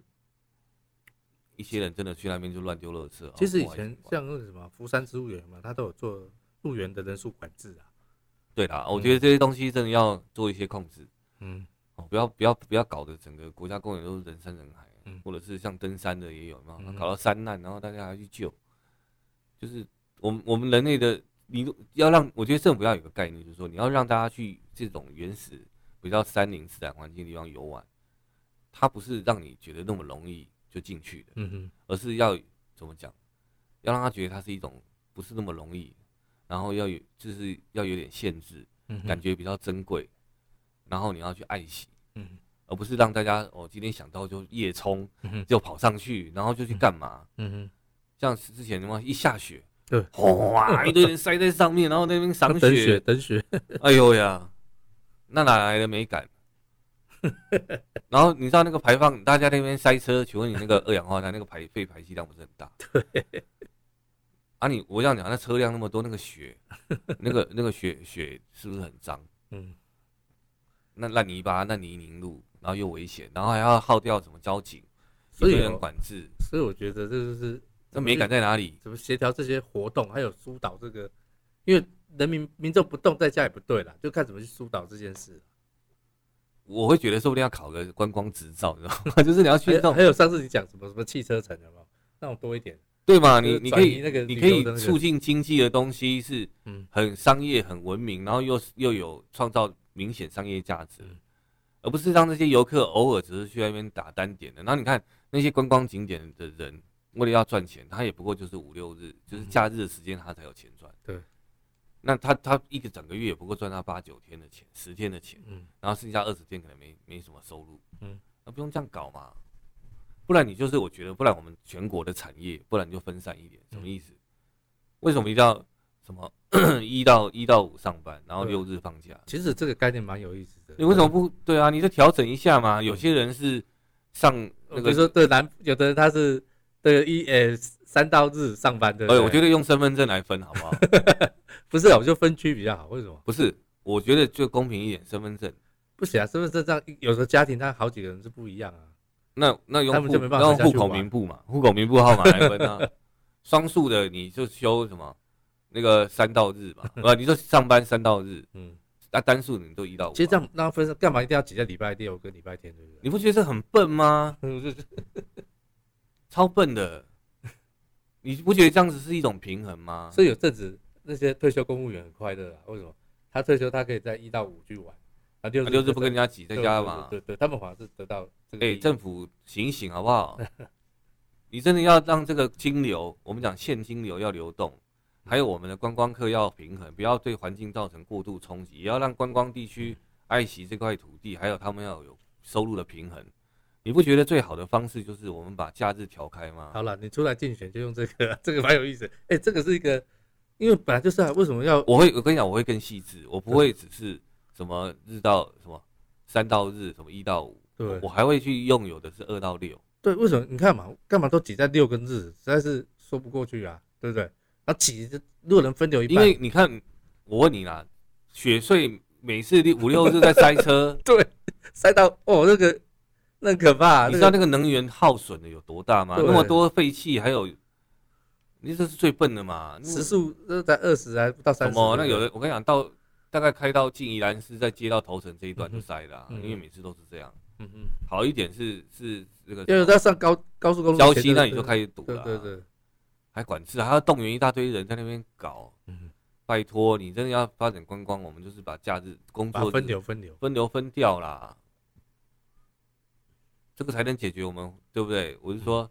一些人真的去那边就乱丢垃圾啊。其实以破坏前景观像那个什么福山植物园嘛，它都有做入园的人数管制啊，对啦，我觉得这些东西真的要做一些控制，嗯，哦，不要不要不要搞得整个国家公园都是人山人海，啊嗯或者是像登山的也有，然后嗯搞到山难，然后大家还去救，就是我们我们人类的，你要让我觉得政府要有个概念，就是说你要让大家去这种原始比较山林自然环境的地方游玩，它不是让你觉得那么容易就进去的，嗯哼，而是要怎么讲，要让他觉得它是一种不是那么容易，然后要有就是要有点限制，嗯哼感，觉比较珍贵，然后你要去爱惜，嗯而不是让大家哦今天想到就夜冲嗯哼，就跑上去，然后就去干嘛？嗯哼，像之前什么一下雪，对哗一堆人塞在上面，然后那边赏 等雪，等雪，哎呦呀，那哪来的美感？ 然后你知道那个排放，大家那边塞车，请问你那个二氧化碳那个排废排气量不是很 大？对。啊你，我想讲，那车辆那么多，那个雪，那个那个雪雪是不是很脏？嗯，那烂泥巴、那泥泞路，然后又危险，然后还要耗掉什么交警，一所以哦堆人我管制，所以我觉得这就是那美感在哪里？怎么协调这些活动，还有疏导这个，因为人民民众不动，在家也不对啦，就看怎么去疏导这件事。我会觉得说不定要考个观光执照，你知道吗？ 就是你要去还那有种还有上次你讲什么什么汽车城有没有？那种多一点，对嘛？就你是你转可以移那个你旅可以游的那个促进经济的东西是嗯很商业、很文明，然后又又有创造明显商业价值嗯，而不是让那些游客偶尔只是去那边打单点的。然后你看那些观光景点的人，为了要赚钱，他也不过就是五六日，就是假日的时间，他才有钱赚。嗯对，那他他一个整个月也不过赚他八九天的钱，十天的钱。嗯然后剩下二十天可能没没什么收入，嗯嗯，那不用这样搞嘛，不然你就是我觉得，不然我们全国的产业，不然你就分散一点，嗯什么意思？为什么一定要什么 一到一到五上班，然后对六日放假？其实这个概念蛮有意思的。你为什么不对啊？你就调整一下嘛。有嗯些人是上那比如个，说对南，有的人他是对一呃三到日上班的，哎，我觉得得用身份证来分好不好？不是啊，我就分区比较好。为什么？不是，我觉得就公平一点，身份证。不行啊，身份证上有的家庭他好几个人是不一样啊。那那用他户们就没办那法用下去户口玩名簿嘛，户口名簿号码来分啊。双数的你就休什么那个三到日嘛，呃，你就上班三到日，嗯，那单数你都一到五嘛。其实这样那分干嘛一定要挤在礼拜六跟礼拜天，对不对？你不觉得这很笨吗？嗯，就是超笨的，你不觉得这样子是一种平衡吗？所以有阵子那些退休公务员很快乐啊，为什么？他退休他可以在一到五去玩，啊六那就是不跟人家挤在家嘛。啊对对，对他们好像是得到这个哎、利益。啊政府醒一醒好不好？ 你真的要让这个金流，我们讲现金流要流动，嗯还有我们的观光客要平衡，不要对环境造成过度冲击，也要让观光地区嗯爱惜这块土地，还有他们要有收入的平衡。你不觉得最好的方式就是我们把假日调开吗？好了，你出来竞选就用这个，这个蛮有意思。哎、这个是一个，因为本来就是啊，为什么要我会，我跟你讲，我会更细致，我不会只是什么日到什么三到日，什么一到五，对我还会去用有的是二到六。对？为什么你看嘛，干嘛都挤在六跟日，实在是说不过去啊，对不对？啊，挤的如果能分流一半，，因为你看，我问你啦，雪穗每次六五六日在塞车 对塞到哦，那个那很可怕、啊你那知道个那个能源耗损的有多大吗？对那么多废气，还有你这是最笨的嘛？那时速呃在二十还不到三什十。么？那有的我跟你讲，到大概开到进宜兰市，再接到头城这一段嗯哼就塞了啊、嗯哼因为每次都是这样。嗯哼，好一点是是这个因为在上高高速公路礁前溪，那的你就开始堵对了啊、对对，还管制，啊还要动员一大堆人在那边搞。嗯，拜托，你真的要发展观光，我们就是把假日工把作分日流分流，分流分掉啦，这个才能解决我们对不对？我是说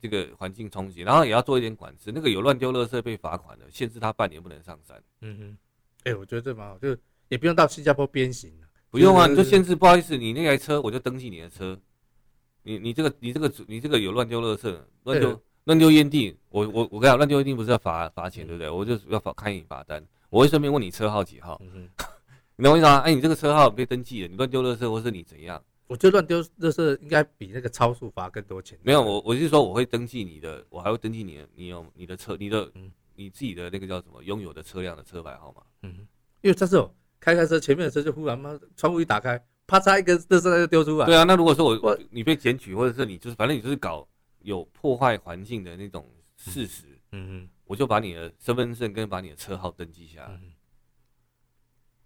这个环境冲击，然后也要做一点管制。那个有乱丢垃圾被罚款的，限制他半年不能上山。嗯哼，哎、我觉得这蛮好，就是也不用到新加坡鞭刑了，不用啊，对你对对就限制，不好意思，你那台车我就登记你的车，你你这个你这个你这个有乱丢垃圾，乱对丢乱丢烟蒂，我我我跟你讲，乱丢烟蒂不是要罚罚嗯钱对不对？我就是要罚开你罚单，我会顺便问你车号几号，嗯哼，你懂我意思吗？哎，你这个车号被登记了，你乱丢垃圾或是你怎样？我觉得乱丢垃圾应该比那个超速罚更多钱。没有，我我是说我会登记你的，我还会登记你的，你有你的车，你的、嗯你自己的那个叫什么拥有的车辆的车牌号码。嗯哼，因为这次我开开车，前面的车就忽然妈窗户一打开，啪嚓一个垃圾袋就丢出来，对啊，那如果说我我你被检举，或者是你就是反正你就是搞有破坏环境的那种事实，嗯我就把你的身份证跟把你的车号登记下哼，来，嗯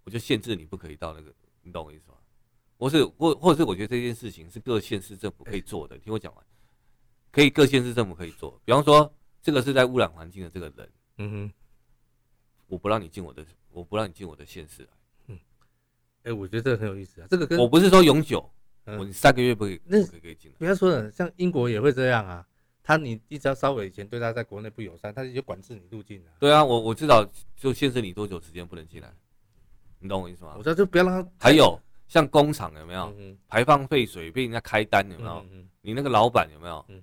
我就限制你不可以到那个，你懂我意思吗？或是或或者是我觉得这件事情是各县市政府可以做哎的，听我讲完，可以各县市政府可以做，比方说这个是在污染环境的这个人，嗯哼。我不让你进我的，我不让你进我的县市来，哎、我觉得这个很有意思啊。这个跟我不是说永久，嗯我三个月不可以那不可以可以进来，不要说了，像英国也会这样啊。他你一只要稍微以前对他在国内不友善，他就管制你入境啊。对啊，我我至少就限制你多久时间不能进来，你懂我意思吗我？说就不要让他还有像工厂有没有嗯排放废水被人家开单有嗯没有？嗯嗯你那个老板有没有？嗯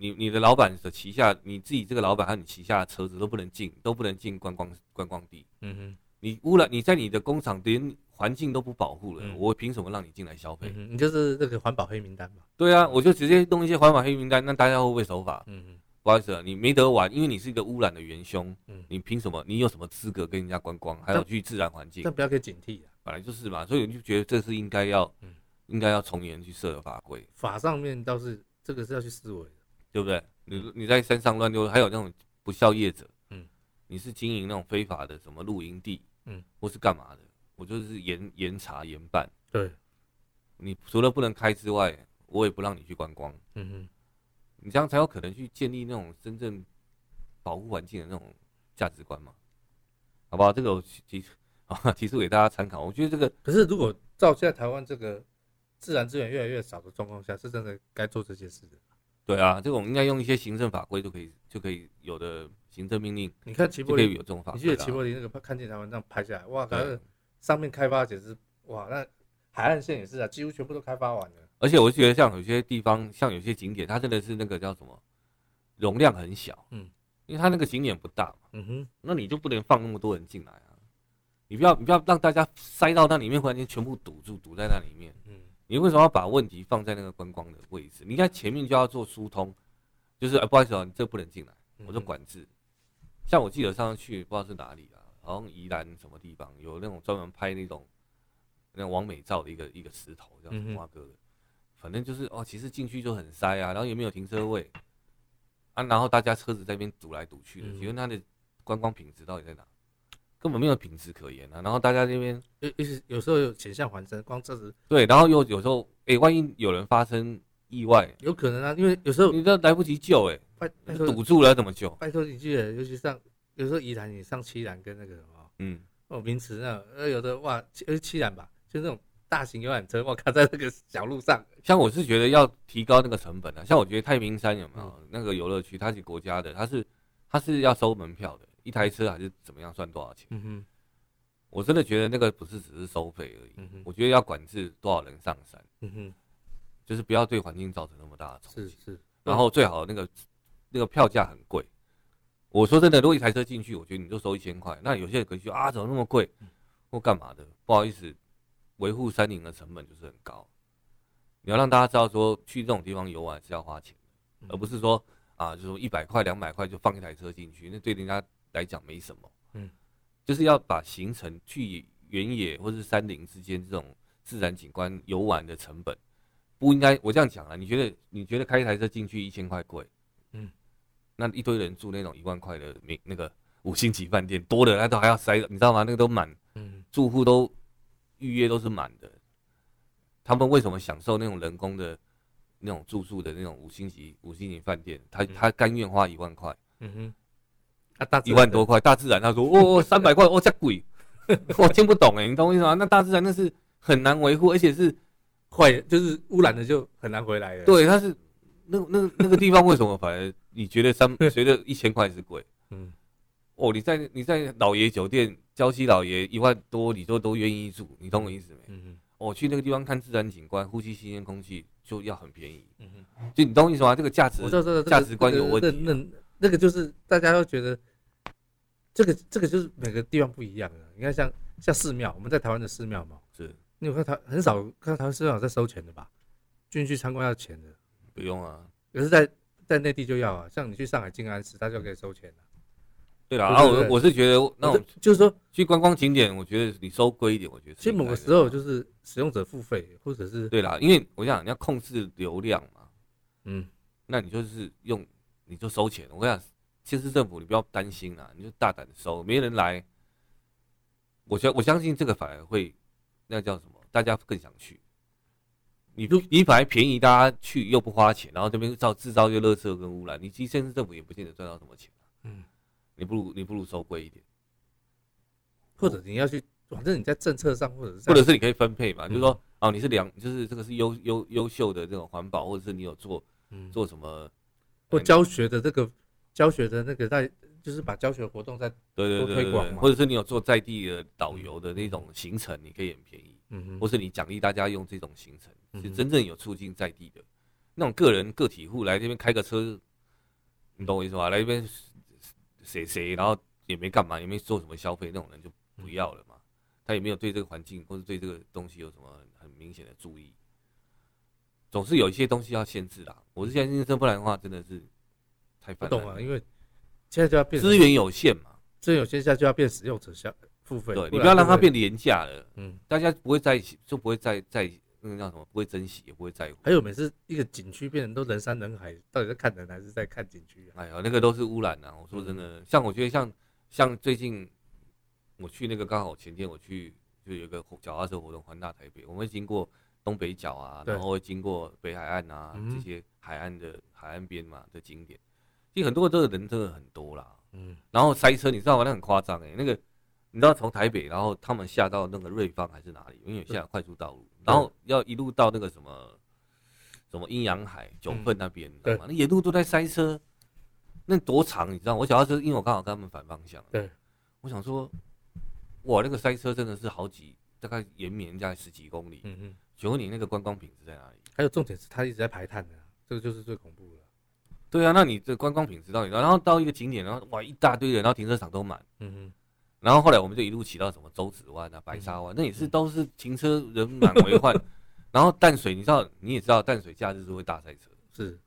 你你的老板的旗下，你自己这个老板和你旗下的车子都不能进，都不能进观光观光地。嗯哼你污染，你在你的工厂连环境都不保护了，嗯我凭什么让你进来消费？嗯哼，你就是那个环保黑名单嘛。对啊，我就直接弄一些环保黑名单，那大家会不会守法？嗯哼不好意思啊，你没得玩，因为你是一个污染的元凶，嗯，你凭什么？你有什么资格跟人家观光，还有去自然环境？但不要给警惕啊。本来就是嘛，所以我就觉得这是应该要嗯，应该要从严去设的法规。法上面倒是这个是要去思维的。对不对？你你在山上乱丢，还有那种不孝业者，嗯嗯，你是经营那种非法的什么露营地，嗯嗯，或是干嘛的，我就是严严查严办。对，你除了不能开之外，我也不让你去观光，嗯哼，你这样才有可能去建立那种真正保护环境的那种价值观嘛，好不好？这个我提啊提出给大家参考。我觉得这个可是如果照现在台湾这个自然资源越来越少的状况下，是真的该做这件事的。对啊，这个我们应该用一些行政法规就可以就可以有的行政命令你看齐就柏可以有林，这种法你规记得啦齐柏林那个看见台湾这样拍下来，哇，感觉对。上面开发简直哇，那海岸线也是啊，几乎全部都开发完了。而且我觉得像有些地方，像有些景点，它真的是那个叫什么，容量很小，嗯嗯，因为它那个景点不大嘛，嗯哼，那你就不能放那么多人进来啊，你不要你不要让大家塞到那里面，忽然间全部堵住，堵在那里面，嗯你为什么要把问题放在那个观光的位置？你应该前面就要做疏通，就是、哎不好意思哦、你这不能进来，嗯我就管制。像我记得上次去不知道是哪里啊，好像宜兰什么地方有那种专门拍那种那种完美照的一个一个石头，叫什嗯哼么哥的，反正就是哦，其实进去就很塞啊，然后也没有停车位啊，然后大家车子在那边堵来堵去的，嗯请问它的观光品质到底在哪？根本没有品质可言啊！然后大家那边有有时有时候有险象环生，光这时对，然后又有时候哎、万一有人发生意外，有可能啊，因为有时候你都来不及救哎、拜拜托堵住了怎么救？拜托你记得，尤其上有时候宜兰你上七兰跟那个什么嗯，哦名词那种呃有的哇七呃七兰吧，就那种大型游览车，我靠在那个小路上，像我是觉得要提高那个成本啊，像我觉得太平山有没嗯有、那个游乐区，它是国家的，它是它是要收门票的，一台车还是怎么样算多少钱？嗯哼我真的觉得那个不是只是收费而已，嗯哼我觉得要管制多少人上山，嗯哼，就是不要对环境造成那么大的冲是击。是，然后最好那个那个票价很贵。我说真的，如果一台车进去，我觉得你就收一千块。那有些人可能说啊，怎么那么贵，或干嘛的？不好意思，维护山林的成本就是很高。你要让大家知道说，去这种地方游玩是要花钱的，而不是说啊，就是说一百块、两百块就放一台车进去，那对人家来讲没什么。嗯，就是要把行程去原野或是山林之间这种自然景观游玩的成本。不应该，我这样讲啊，你觉得你觉得开一台车进去一千块贵，嗯，那一堆人住那种一万块的民那个五星级饭店，多的那都还要塞，你知道吗？那个都满，嗯，住户都预约都是满的。他们为什么享受那种人工的那种住宿的那种五星级五星级饭店？他嗯他甘愿花一万块，嗯哼，啊，大致一万多块，大自然他说哦三百块哦这贵， 我听不懂哎，你懂我意思吗？那大自然那是很难维护，而且是坏就是污染的就很难回来了。，对，它是那那那个地方为什么反而你觉得三觉得一千块是贵？嗯，哦，你在你在老爷酒店，娇妻老爷一万多，你都都愿意住，你懂我意思没？嗯哼我、去那个地方看自然景观，呼吸新鲜空气就要很便宜，嗯哼，就你懂我意思吗？这个价值我知道，知道价值观有问题啊那那那个就是大家都觉得，这个这个就是每个地方不一样的。你看像像寺庙，我们在台湾的寺庙嘛，是你有看台很少看到台湾寺庙在收钱的吧？进去参观要钱的，不用啊。可是在，在内地就要啊。像你去上海静安寺，它就可以收钱了、对啦，对啊，对我对我是觉得那种就就是说，去观光景点，我觉得你收贵一点，我觉得其是实应某该个的啊时候就是使用者付费，或者是对啦，因为我想你要控制流量嘛，嗯那你就是用你就收钱。我跟你讲，县市政府你不要担心啦，你就大胆地收，没人来，我相我相信这个反而会那叫什么，大家更想去。你如你反而便宜，大家去又不花钱，然后这边造制造又垃圾跟污染，你其实县市政府也不见得赚到什么钱、啊嗯，你不如你不如收贵一点，或者你要去，反正你在政策上或者是在或者是你可以分配嘛，嗯就是说哦，你是良，就是这个是优优优秀的这种环保，或者是你有做嗯做什么或教学的这个教学的那个在，就是把教学活动在对对多对推对广对嘛或者是你有做在地的导游的那种行程，你可以很便宜，嗯或哼是你奖励大家用这种行程，嗯是哼真正有促进在地的那种个人个体户来这边开个车，你懂我意思吧？来这边谁谁，然后也没干嘛，也没做什么消费，那种人就嗯不要了嘛。他也没有对这个环境或者对这个东西有什么很很明显的注意，总是有一些东西要限制啦。我是相信这，不然的话真的是太不泛滥懂啊，了，因为现在就要变成资，源有限嘛。资源有线下就要变使用者消付费，对你然不要让就会它变廉价了。嗯。大家不会在一起，就不会再再那个叫什么，不会珍惜，也不会在乎。还有每次一个景区变成都人山人海，到底在看人还是在看景区啊？哎呀，那个都是污染啊！我说真嗯的，像我觉得像像最近我去那个刚好前天我去就有一个活脚踏车活动，环大台北，我们会经过东北角啊，对然后会经过北海岸啊、嗯这些海岸的海岸边嘛的景点，其实很多这个人真的很多啦。嗯，然后塞车，你知道吗？那很夸张哎，那个你知道从台北，然后他们下到那个瑞芳还是哪里？因为有下快速道路，然后要一路到那个什么什么阴阳海、九份嗯那边，你知道吗？那沿路都在塞车，那多长你知道吗？我想要是因为我刚好跟他们反方向，对，我想说，哇，那个塞车真的是好几，大概延绵在十几公里。嗯嗯，请问你那个观光品质在哪里？还有重点是他一直在排碳的、啊这个就是最恐怖的。对啊，那你这观光品质到底哪？然后到一个景点，然后哇一大堆人，然后停车场都满。嗯哼，然后后来我们就一路骑到什么洲子湾啊、白沙湾，那也是都是停车人满 为患。然后淡水，你知道，你也知道，淡水假日是会大塞车。是，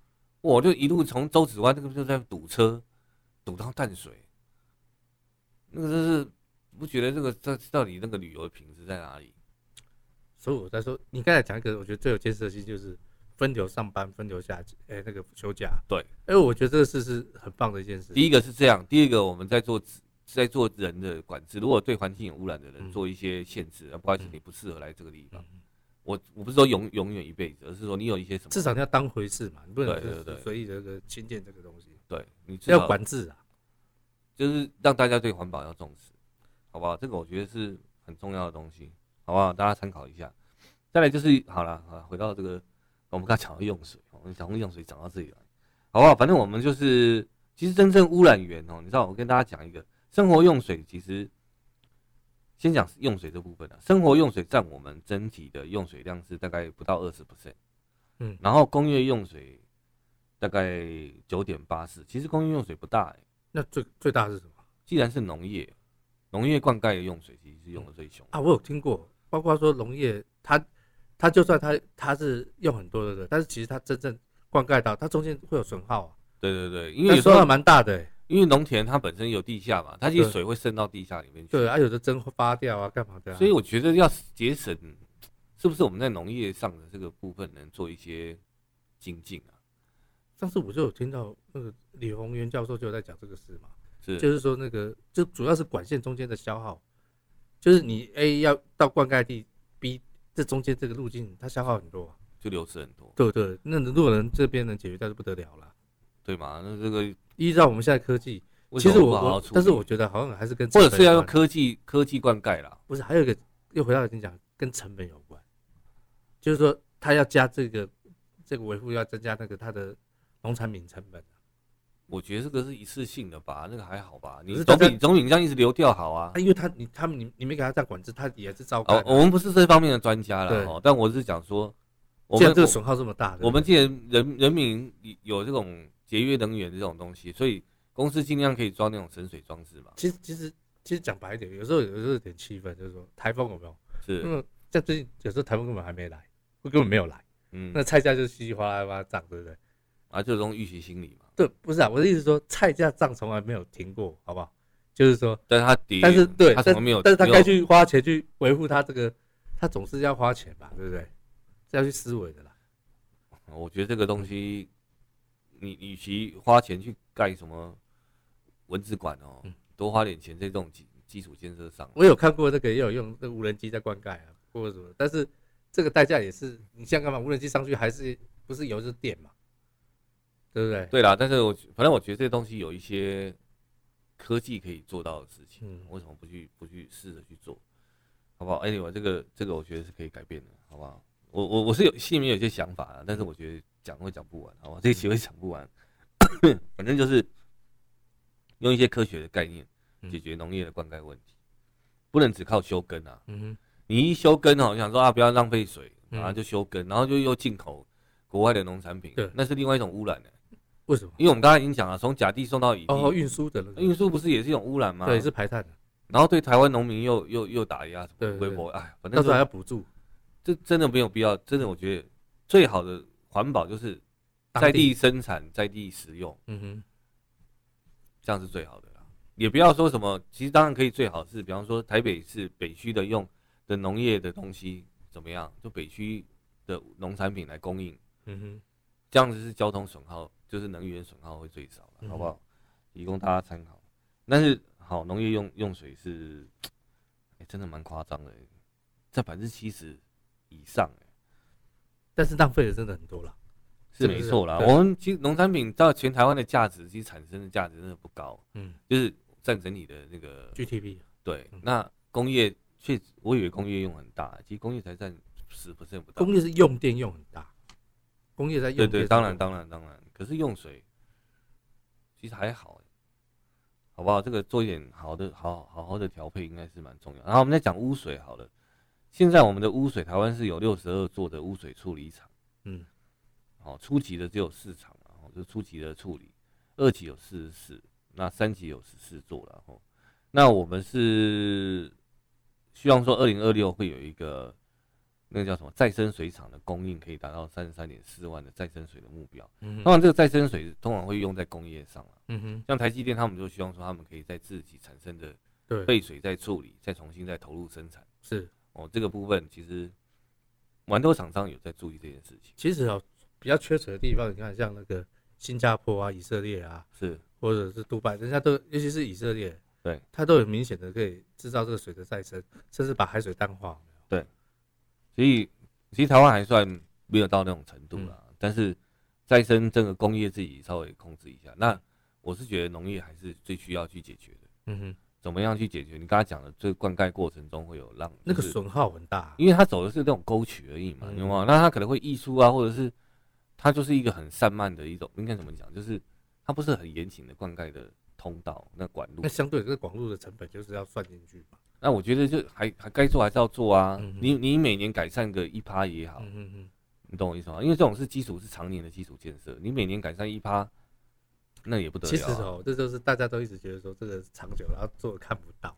我就一路从洲子湾那个就在堵车，堵到淡水，那个真是不觉得这个这到底那个旅游的品质在哪里？所以我在说，你刚才讲一个，我觉得最有建设性就是分流上班，分流下，哎、那个休假。对，哎、我觉得这个事是很棒的一件事。第一个是这样，第二个我们在做在做人的管制，如果对环境有污染的人嗯做一些限制，啊不好意思，你不适合来这个地方。嗯我我不是说永永远一辈子，而是说你有一些什么，至少你要当回事嘛，你不能对对就是对随意这个轻贱这个东西，对你至要少管制啊。就是让大家对环保要重视，好不好？这个我觉得是很重要的东西，好不好？大家参考一下。再来就是好了，好啦回到这个我们刚才讲到用水，我们讲到用水讲到这里来，好不好？反正我们就是，其实真正污染源哦，你知道，我跟大家讲一个生活用水，其实先讲用水这部分啊，生活用水占我们整体的用水量是大概不到二十 percent，嗯然后工业用水大概九点八四，其实工业用水不大、欸，那最最大的是什么既然是农业，农业灌溉的用水其实是用的最凶的。啊？我有听过，包括说农业，它它就算它它是用很多的，但是其实它真正灌溉到它中间会有损耗啊，对对对，因为那有时损耗候蛮大的、欸。因为农田它本身有地下嘛，它其实对水会渗到地下里面去。对啊，有的蒸发掉啊，干嘛的、啊？所以我觉得要节省，是不是我们在农业上的这个部分能做一些精进啊？上次我就有听到那个李宏源教授就有在讲这个事嘛，是就是说那个就主要是管线中间的消耗，就是你 A 要到灌溉地，B 这中间这个路径它消耗很多、啊，就流失很多，对不对？那如果能这边能解决掉就不得了了。对吗？那这个依照我们现在科技，为什其么实不好我好我处理但是我觉得好像还是跟或者成本是要有用关科技科技灌溉啦，不是还有一个又回到你讲跟成本有关，就是说他要加这个这个维护要增加那个他的农产品成本。我觉得这个是一次性的吧，那个还好吧，可你是总大比家总比你这样一直流掉好啊啊，。因为他你他们你你没给他这样管制，他也是照干哦啊、，我们不是这方面的专家啦，对哦，但我是讲说，我既们然这个损耗这么大，对不对我们既然人人民有这种节约能源的这种东西，所以公司尽量可以装那种省水装置嘛，其实其实其实讲白一点，有时候有时候有点气愤，就是说台风有没有？是那，么像最近有时候台风根本还没来，根本没有来，嗯，那菜价就稀里哗啦哇涨，对不对？啊，就这种预期心理嘛。对，不是啊，我的意思是说菜价涨从来没有停过，好不好？就是说，但是它跌，但是对，它但什么没有，但是他没有该去花钱去维护他这个，他总是要花钱吧，对不对？是要去思维的啦。我觉得这个东西，你与其花钱去盖什么文字馆哦，嗯多花点钱在这种基基础建设上。啊我有看过那个也有用那个无人机在灌溉啊，或者什么，但是这个代价也是，你像干嘛？无人机上去还是不是油就是电嘛，对不对？对啦，但是我反正我觉得这东西有一些科技可以做到的事情，嗯为什么不去不去试着去做，好不好？Anyway，这个这个我觉得是可以改变的，好不好？我我我是有心里面有些想法啦，但是我觉得讲会讲不完，好吧？这一期会讲不完， 反正就是用一些科学的概念解决农业的灌溉问题，不能只靠修根啊。嗯你一休耕哦，想说啊，不要浪费水，嗯然后就休耕，然后就又进口国外的农产品对，那是另外一种污染的、欸哼，为什么？因为我们刚才已经讲了，从甲地送到乙地，哦，运输的那个，运输不是也是一种污染吗？对，是。排碳的，然后对台湾农民又又又打压什对么对微博，哎，反到正时候还就要补助这真的没有必要，真的我觉得最好的环保就是当在地生产，在地食用，嗯哼，这样是最好的啦。也不要说什么，其实当然可以最好是，比方说台北市北区的用的农业的东西怎么样，就北区的农产品来供应。嗯哼，这样子是交通损耗，就是能源损耗会最少了，嗯好不好？提供大家参考。但是好，农业用用水是，欸真的蛮夸张的，在百分之七十以上，欸但是浪费的真的很多了，是没错啦。是不是我们其实农产品到全台湾的价值，其实产生的价值真的不高，嗯就是占整体的那个，GTP 对嗯。那工业确实，我以为工业用很大，其实工业才占十 percent 不到。工业是用电用很大，工业在用对电对，当然当然当然，可是用水其实还好欸，好不好？这个做一点好的，好好好的调配应该是蛮重要。然后我们再讲污水好了，现在我们的污水，台湾是有六十二座的污水处理厂，嗯，哦，初级的只有四厂啊，哦，就初级的处理，二级有四十四，那三级有十四座了，哦，那我们是希望说二零二六会有一个那个叫什么再生水厂的供应可以达到三十三点四万的再生水的目标。嗯当哼，然，这个再生水通常会用在工业上了，啊嗯哼，像台积电他们就希望说他们可以在自己产生的对，废水再处理，再重新再投入生产。是，哦，这个部分其实蛮多厂商有在注意这件事情，其实哦，比较缺水的地方，你看像那个新加坡啊、以色列啊，是或者是杜拜，人家都尤其是以色列，对，它都有明显的可以制造这个水的再生，甚至把海水淡化。所以其实台湾还算没有到那种程度啦，嗯但是再生这个工业自己稍微控制一下。那我是觉得农业还是最需要去解决的，嗯哼，怎么样去解决？你刚才讲的，这个灌溉过程中会有浪，那个就是损耗很大，因为它走的是那种沟渠而已嘛，嗯你懂吗？那它可能会溢出啊，或者是它就是一个很散漫的一种，应该怎么讲？就是它不是很严谨的灌溉的通道那管路那。相对这个广路的成本就是要算进去嘛。那我觉得就还还该做还是要做啊。嗯哼你你每年改善个一趴也好，嗯哼哼，你懂我意思吗？因为这种是基础是常年的基础建设，你每年改善一趴，那也不得其实了啊、哦，这就是大家都一直觉得说这个长久，然后做得看不到。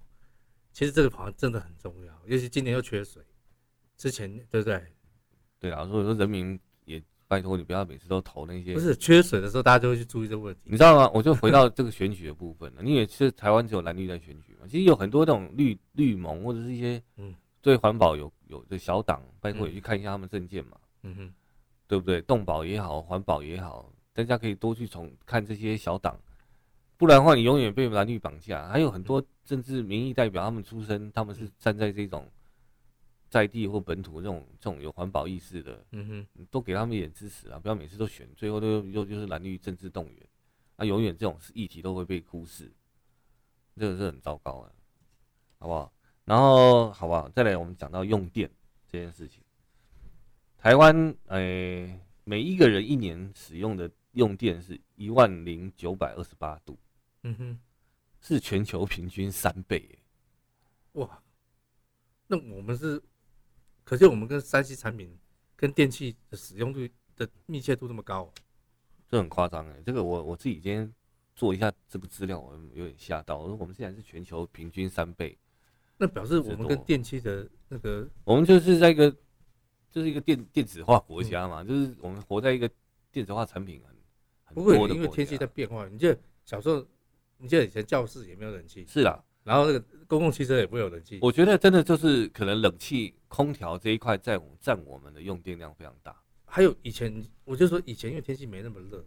其实这个好像真的很重要，尤其今年又缺水，之前对不对？对啊，所以说人民也拜托你不要每次都投那些不。是缺水的时候，大家就会去注意这个问你题。知道吗？我就回到这个选举的部分了。你也是台湾只有蓝绿在选举嘛？其实有很多那种绿绿盟或者是一些嗯对环保有有的小党，拜嗯托也去看一下他们证件嘛，嗯哼，对不对？动保也好，环保也好，大家可以多去从看这些小党，不然的话你永远被蓝绿绑架。还有很嗯多政治民意代表，他们出身，他们是站在这种在地或本土这种这种有环保意识的，嗯哼，你多给他们一点支持啊，不要每次都选，最后都又就是蓝绿政治动员，那、永远这种议题都会被忽视，这个是很糟糕的，好不好？然后好不好？再来我们讲到用电这件事情，台湾诶、呃每一个人一年使用的用电是一万零九百二十八度，嗯哼，是全球平均三倍耶、哇，那我们是，可见我们跟山西产品跟电器的使用率的密切度那么高、哦这很夸张哎，这个我我自己今天做一下这部资料，我有点吓到，我说我们现在是全球平均三倍。那表示我是们多跟电器的那个我们就是在一个就是一个电电子化国家嘛，就是我们活在一个电子化产品很嗯不很会多的啊因为国天气家在变化，你记得小时候，你记得以前教室也没有冷气，是啦，然后那个公共汽车也不会有冷气，我觉得真的就是可能冷气、空调这一块在我们占我们的用电量非常大。还有以前，我就说以前因为天气没那么热，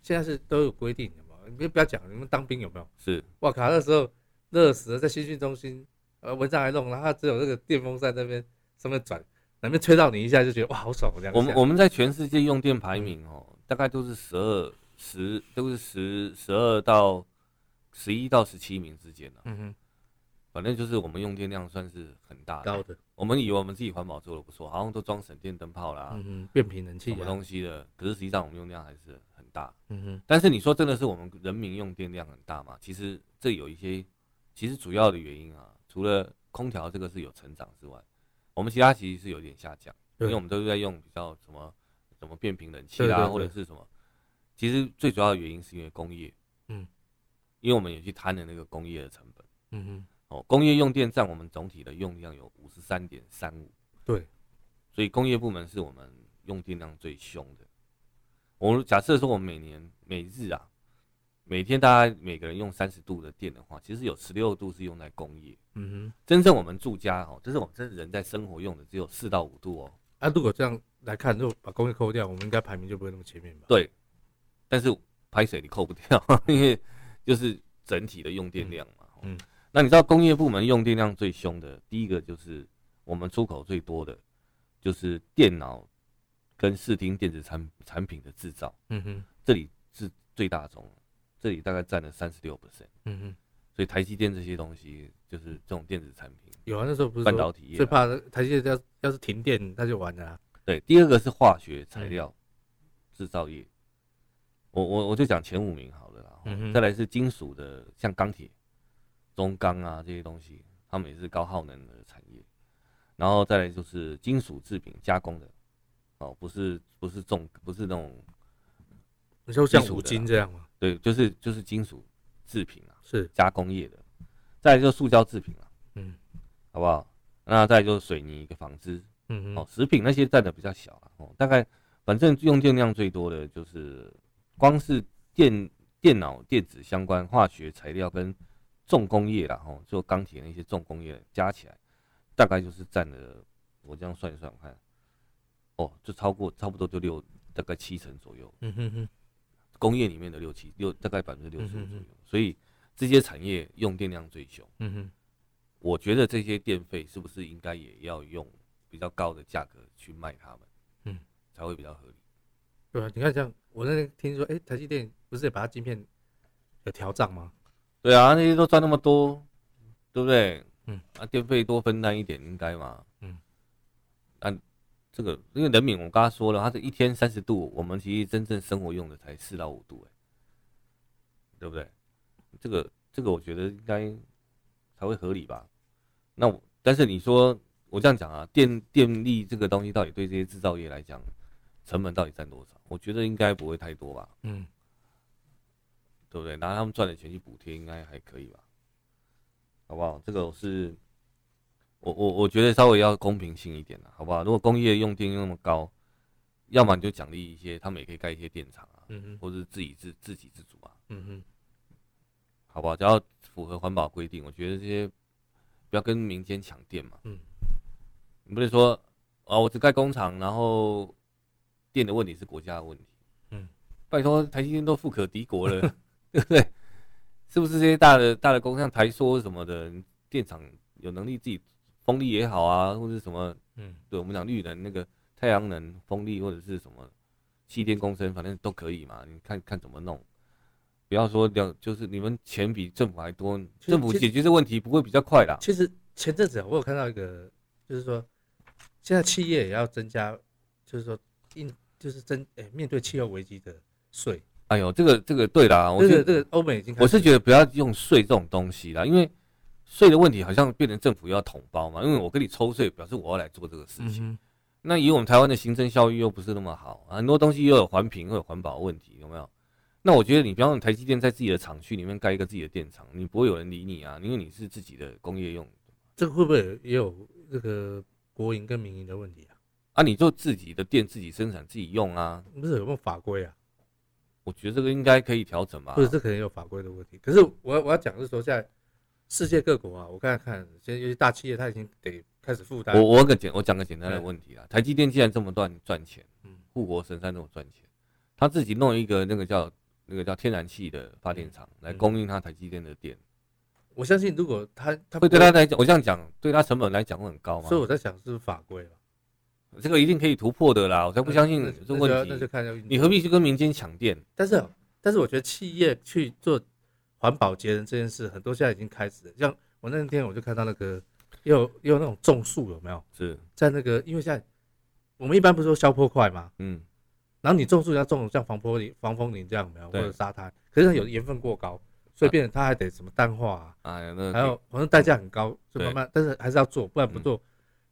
现在是都有规定的嘛。你不要讲你们当兵有没有？是哇靠，那时候热死了，在新训中心，呃，蚊帐还弄，然后只有那个电风扇那边上面转，哪边吹到你一嗯下就觉得哇好爽，这样我们我们在全世界用电排名哦，大概都是十二十都是十十二到十一到十七名之间啊，嗯哼反正就是我们用电量算是很大的。高的，我们以为我们自己环保做的不错，好像都装省电灯泡啦，嗯哼变频冷气什么啊，东西的，可是实际上我们用量还是很大。嗯哼但是你说真的是我们人民用电量很大吗？其实这有一些，其实主要的原因啊，除了空调这个是有成长之外，我们其他其实是有点下降，因对为我们都是在用比较什么什么变频冷气对对啦，对或者是什么。其实最主要的原因是因为工业，嗯，因为我们也去摊了那个工业的成本。嗯哼哦，工业用电占我们总体的用量有五十三点三五，对，所以工业部门是我们用电量最凶的。我们假设说，我们每年每日啊，每天大概每个人用三十度的电的话，其实有十六度是用在工业。嗯哼。真正我们住家哦，就是我们真的人在生活用的只有四到五度哦。啊，如果这样来看，如果把工业扣掉，我们应该排名就不会那么前面吧？对，但是拍水你扣不掉， 因为就是整体的用电量嘛。嗯嗯嗯，那你知道工业部门用电量最凶的，第一个就是我们出口最多的，就是电脑跟视听电子产产品的制造，嗯哼，这里是最大宗，这里大概占了三十六 percent。嗯哼，所以台积电这些东西，就是这种电子产品、有啊，那时候不是半说导体业最啊。怕的台积电要要是停电，那就完了、啊。对，第二个是化学材嗯料制造业。我我我就讲前五名好了啦。嗯哼再来是金属的，像钢铁、中钢啊这些东西，他们也是高耗能的产业。然后再来就是金属制品加工的，哦，不是不是重不是那种你说像基础的五啊金这样吗？对，就是就是金属制品啊，是，加工业的。再来就是塑胶制品啊，嗯好不好？那再来就是水泥跟纺织，嗯哦哼，，食品那些占的比较小啊，哦，大概反正用电量最多的就是光是电电脑、电子相关、化学材料跟重工业啦，哦，就钢铁那些重工业加起来，大概就是占了，我这样算一算看，哦，就超过差不多就六大概七成左右，嗯哼哼，工业里面的六七六大概百分之六嗯十五哼左哼右，所以这些产业用电量最凶。嗯哼，我觉得这些电费是不是应该也要用比较高的价格去卖他们，嗯，才会比较合理。对啊，你看像我那天听说，哎、台积电不是也把它晶片有调涨吗？对啊，那些都赚那么多，对不对？嗯，啊，电费多分担一点应该嘛。嗯，啊，这个因为人民我刚刚说了，它是一天三十度，我们其实真正生活用的才四到五度、哎，对不对？这个这个我觉得应该才会合理吧。那我但是你说我这样讲啊，电电力这个东西到底对这些制造业来讲，成本到底占多少？我觉得应该不会太多吧。嗯，对不对？拿他们赚的钱去补贴，应该还可以吧？好不好？这个我是我我我觉得稍微要公平性一点啦，好不好？如果工业用电用那么高，要么你就奖励一些，他们也可以盖一些电厂啊，嗯哼，或者自己自自给自足啊，嗯哼，好不好？只要符合环保规定，我觉得这些不要跟民间抢电嘛。嗯，你不能哦说啊，我只盖工厂，然后电的问题是国家的问题。嗯，拜托，台积电都富可敌国 了，对不对？是不是这些大的大的公司，像台塑什么的电厂，有能力自己风力也好啊，或者什么，嗯，对我们讲绿能那个太阳能、风力或者是什么气电共生，反正都可以嘛。你看看怎么弄，不要说两，就是你们钱比政府还多，其实政府其实解决这问题不会比较快啦。其实前阵子啊我有看到一个，就是说现在企业也要增加，就是说应就是增哎、面对气候危机的税，哎呦，这个这个对啦，我这是个这个欧美已经开我是始觉得不要用税这种东西啦，因为税的问题好像变成政府要统包嘛，因为我跟你抽税，表示我要来做这个事情。嗯那以我们台湾的行政效益又不是那么好，很多东西又有环评，又有环保问题，有没有？那我觉得你比方说台积电在自己的厂区里面盖一个自己的电厂，你不会有人理你啊，因为你是自己的工业用哼，这个会不会也有这个国营跟民营的问题啊？啊，你就自己的电自己生产自己用啊。不是有没有法规啊？我觉得这个应该可以调整吧或。者这可能有法规的问题。可是我要我要讲的是说，在世界各国啊，我刚才看，现在尤其大企业，它已经得开始负担我。我问个简我讲个简单的嗯问题啦，台积电既然这么赚赚钱嗯，护国神山这么赚钱，他自己弄一个那个叫那个叫天然气的发电厂来嗯供应他台积电的电，我相信，如果它它不会对他来讲，我这样讲，对他成本来讲会很高吗所以？我在想是不是法规吧。这个一定可以突破的啦，我才我不相信这呃那个就要那问就题。看要运作你何？必去跟民间抢电？但是啊但是我觉得企业去做环保节能这件事，很多现在已经开始了。像我那天我就看到那个，也有也有那种种树有没有？是，在那个，因为现在我们一般不是说消坡块吗？嗯，然后你种树要种像防坡林、防风林这样有没有，或对嗯者沙滩，可是它有的盐分过高，所以变成它还得什么淡化、啊，哎呀，那还有反正代价很高，就对嗯慢慢，但是还是要做，不然不做。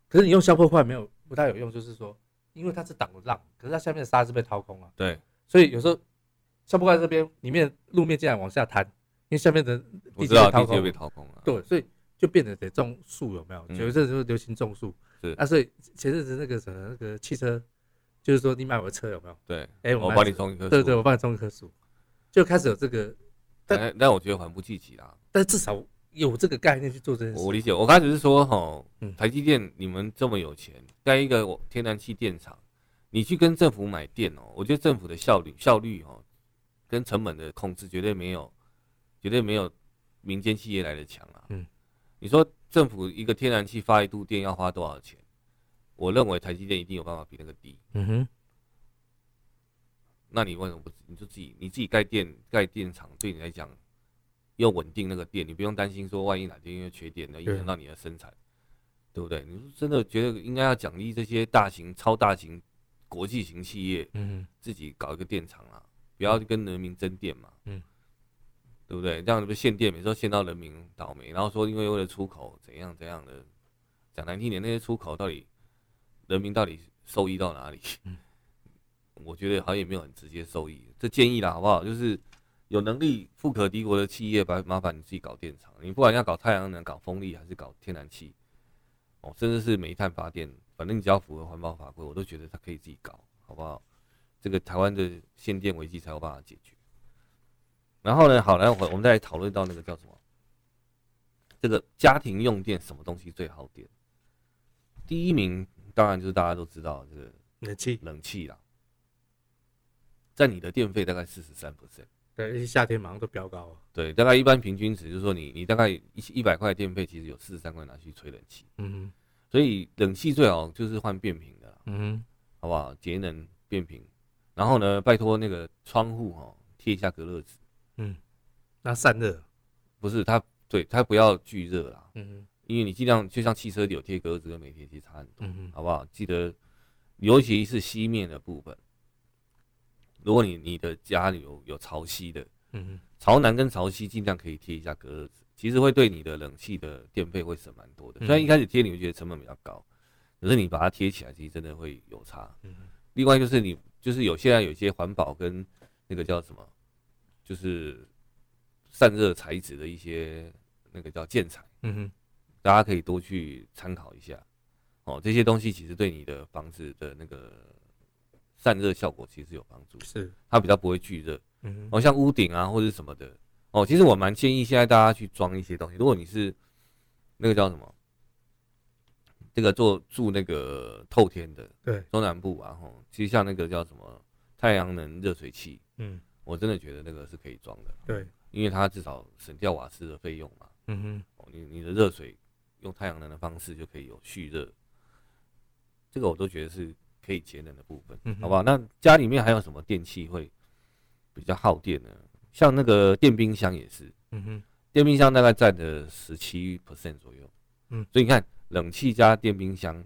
可是你用消破块没有不太有用，就是说，因为它是挡着浪，可是它下面的沙是被掏空了、对，所以有时候消破块这边里面路面竟然往下摊，因为下面的我地基知道被地掏基空，被掏空了。对，所以就变得得种树有没有？嗯有一阵子就流行种树，是啊，所以前阵子那个什么那个汽车，就是说你买我的车有没有？对，哎我我们帮还你种一棵树。对对，我帮你种一棵树，就开始有这个，但哎但但我觉得还不积极啦。但至少有这个概念去做这件事。我理解，我刚才只是说哈嗯，台积电你们这么有钱，盖一个天然气电厂，你去跟政府买电哦，我觉得政府的效率效率哦，跟成本的控制绝对没有，绝对没有民间企业来的强啊。嗯，你说政府一个天然气发一度电要花多少钱？我认为台积电一定有办法比那个低。嗯哼，那你为什么不你就自己你自己盖电盖电厂，对你来讲要稳定那个电，你不用担心说万一哪天因为缺电，那影响对到你的生产，对不对？你说真的觉得应该要奖励这些大型、超大型、国际型企业嗯自己搞一个电厂啊，不要跟人民争电嘛，嗯，对不对？这样子不限电，每次都限到人民倒霉，然后说因为为了出口怎样怎样的，讲难听点，那些出口到底人民到底受益到哪里？嗯 我觉得好像也没有很直接受益。这建议啦，好不好？就是有能力富可敌国的企业，把麻烦你自己搞电厂，你不管要搞太阳能、搞风力还是搞天然气，哦，甚至是煤炭发电，反正你只要符合环保法规，我都觉得它可以自己搞，好不好？这个台湾的限电危机才有办法解决。然后呢，好，来我我们再来讨论到那个叫什么，这个家庭用电什么东西最耗电？第一名当然就是大家都知道这个哼，冷气，冷气啦，在你的电费大概四十三 percent，对，而且夏天马上都飙高啊了。对，大概一般平均值就是说你你大概一一百块电费，其实有四十三块拿去吹冷气，嗯哼，所以冷气最好就是换变频的啦，嗯哼，好不好？节能变频，然后呢，拜托那个窗户哈、哦、贴一下隔热纸，那散热，不是它对它不要聚热啦，嗯因为你尽量就像汽车有贴隔热纸跟没贴其实差很多。哼，嗯哼，好不好？记得，尤其是西面的部分，如果你你的家里有有潮汐的，嗯哼，朝南跟朝西尽量可以贴一下隔热纸，其实会对你的冷气的电费会省蛮多的。嗯虽然一开始贴你会觉得成本比较高，可是你把它贴起来，其实真的会有差。嗯哼另外就是你就是有现在有一些环保跟那个叫什么，就是散热材质的一些那个叫建材。嗯哼，大家可以多去参考一下。哦，这些东西其实对你的房子的那个散热效果其实有帮助，是，它比较不会聚热。嗯哼，哦，像屋顶啊或者什么的，哦，其实我蛮建议现在大家去装一些东西。如果你是那个叫什么，这个做住那个透天的，对，中南部啊，吼，其实像那个叫什么太太阳能热水器，嗯，我真的觉得那个是可以装的，对，因为它至少省掉瓦斯的费用嘛。嗯哼，哦，你你的热水用太阳能的方式就可以有蓄热，这个我都觉得是可以节能的部分，嗯哼好不好？那家里面还有什么电器会比较耗电呢？像那个电冰箱也是，嗯哼，电冰箱大概占了十七 percent 左右，嗯，所以你看冷气加电冰箱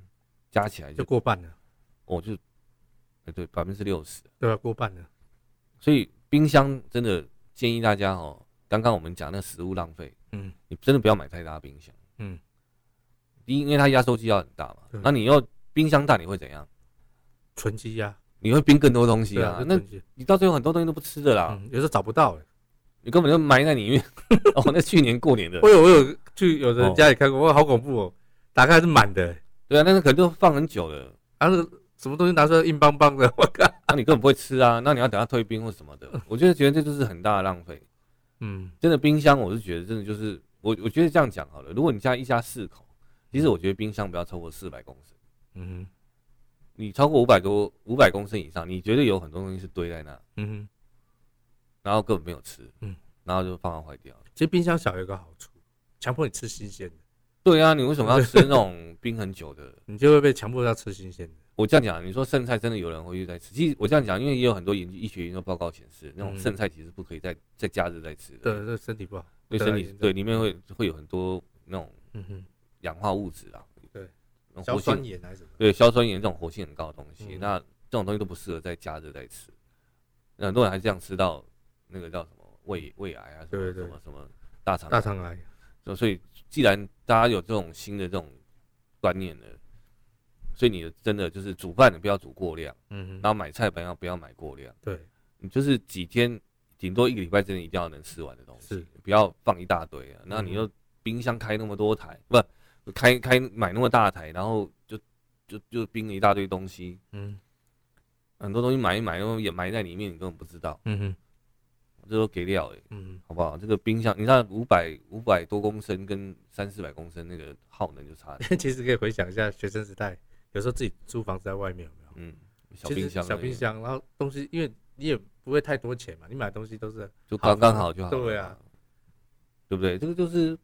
加起来就就过半了，哦就，哎对，百分之六十，对啊，过半了，所以冰箱真的建议大家哦，刚刚我们讲那食物浪费，嗯你真的不要买太大的冰箱。嗯，第一，因为它压缩机要很大嘛对，那你要冰箱大，你会怎样？囤积呀，你会冰更多东西对啊，啊就。那囤积，你到最后很多东西都不吃的啦，嗯，有时候找不到欸，你根本就埋在里面。哦，那去年过年的我，有我有去有哦的人家里看过，哇，好恐怖哦，打开是满的欸，对啊，那个可能都放很久了，然后什么东西拿出来硬邦邦的，我靠，那你根本不会吃啊。那你要等它退冰或什么的，我就觉得这就是很大的浪费。嗯真的冰箱，我是觉得真的就是我，我觉得这样讲好了。如果你家一家四口，其实我觉得冰箱不要超过四百公升，嗯哼你超过五百多五百公升以上，你绝对有很多东西是堆在那，嗯哼，然后根本没有吃，嗯，然后就放到坏掉。其实冰箱小有一个好处，强迫你吃新鲜的，对啊，你为什么要吃那种冰很久的？你就会被强迫要吃新鲜的，我这样讲，你说剩菜真的有人会去再吃？其实我这样讲，因为也有很多研究医学研究报告显示，那种嗯剩菜其实不可以在在假日再吃对的，，这身体不好，对对啊身一体定的对里面会会有很多那种嗯哼。氧化物质啊，对那种硝活酸性，盐还是什么？对硝酸盐这种活性很高的东西，嗯那这种东西都不适合在假日再吃。那很多人还这样吃到那个叫什么胃胃癌啊，什么对对什么什么大肠大肠癌，就所以既然大家有这种新的这种观念了，所以你真的就是煮饭你不要煮过量，嗯然哼，后买菜不要不要买过量，对，你就是几天顶多一个礼拜之内一定要能吃完的东西是，嗯不要放一大堆啊。那你又冰箱开那么多台，不开开买那么大台，然后就就就冰了一大堆东西，嗯很多东西买一买，然后也埋在里面，你根本不知道，嗯哼，这都给料哎、嗯好不好？这个冰箱，你看五百五百多公升跟三四百公升那个耗能就差很多哼， 其实可以回想一下学生时代，有时候自己租房子在外面有没有？嗯，小其实冰箱而已，小冰箱，然后东西，因为你也不会太多钱嘛，你买东西都是就刚刚好就好了。对啊，对不对？这个就是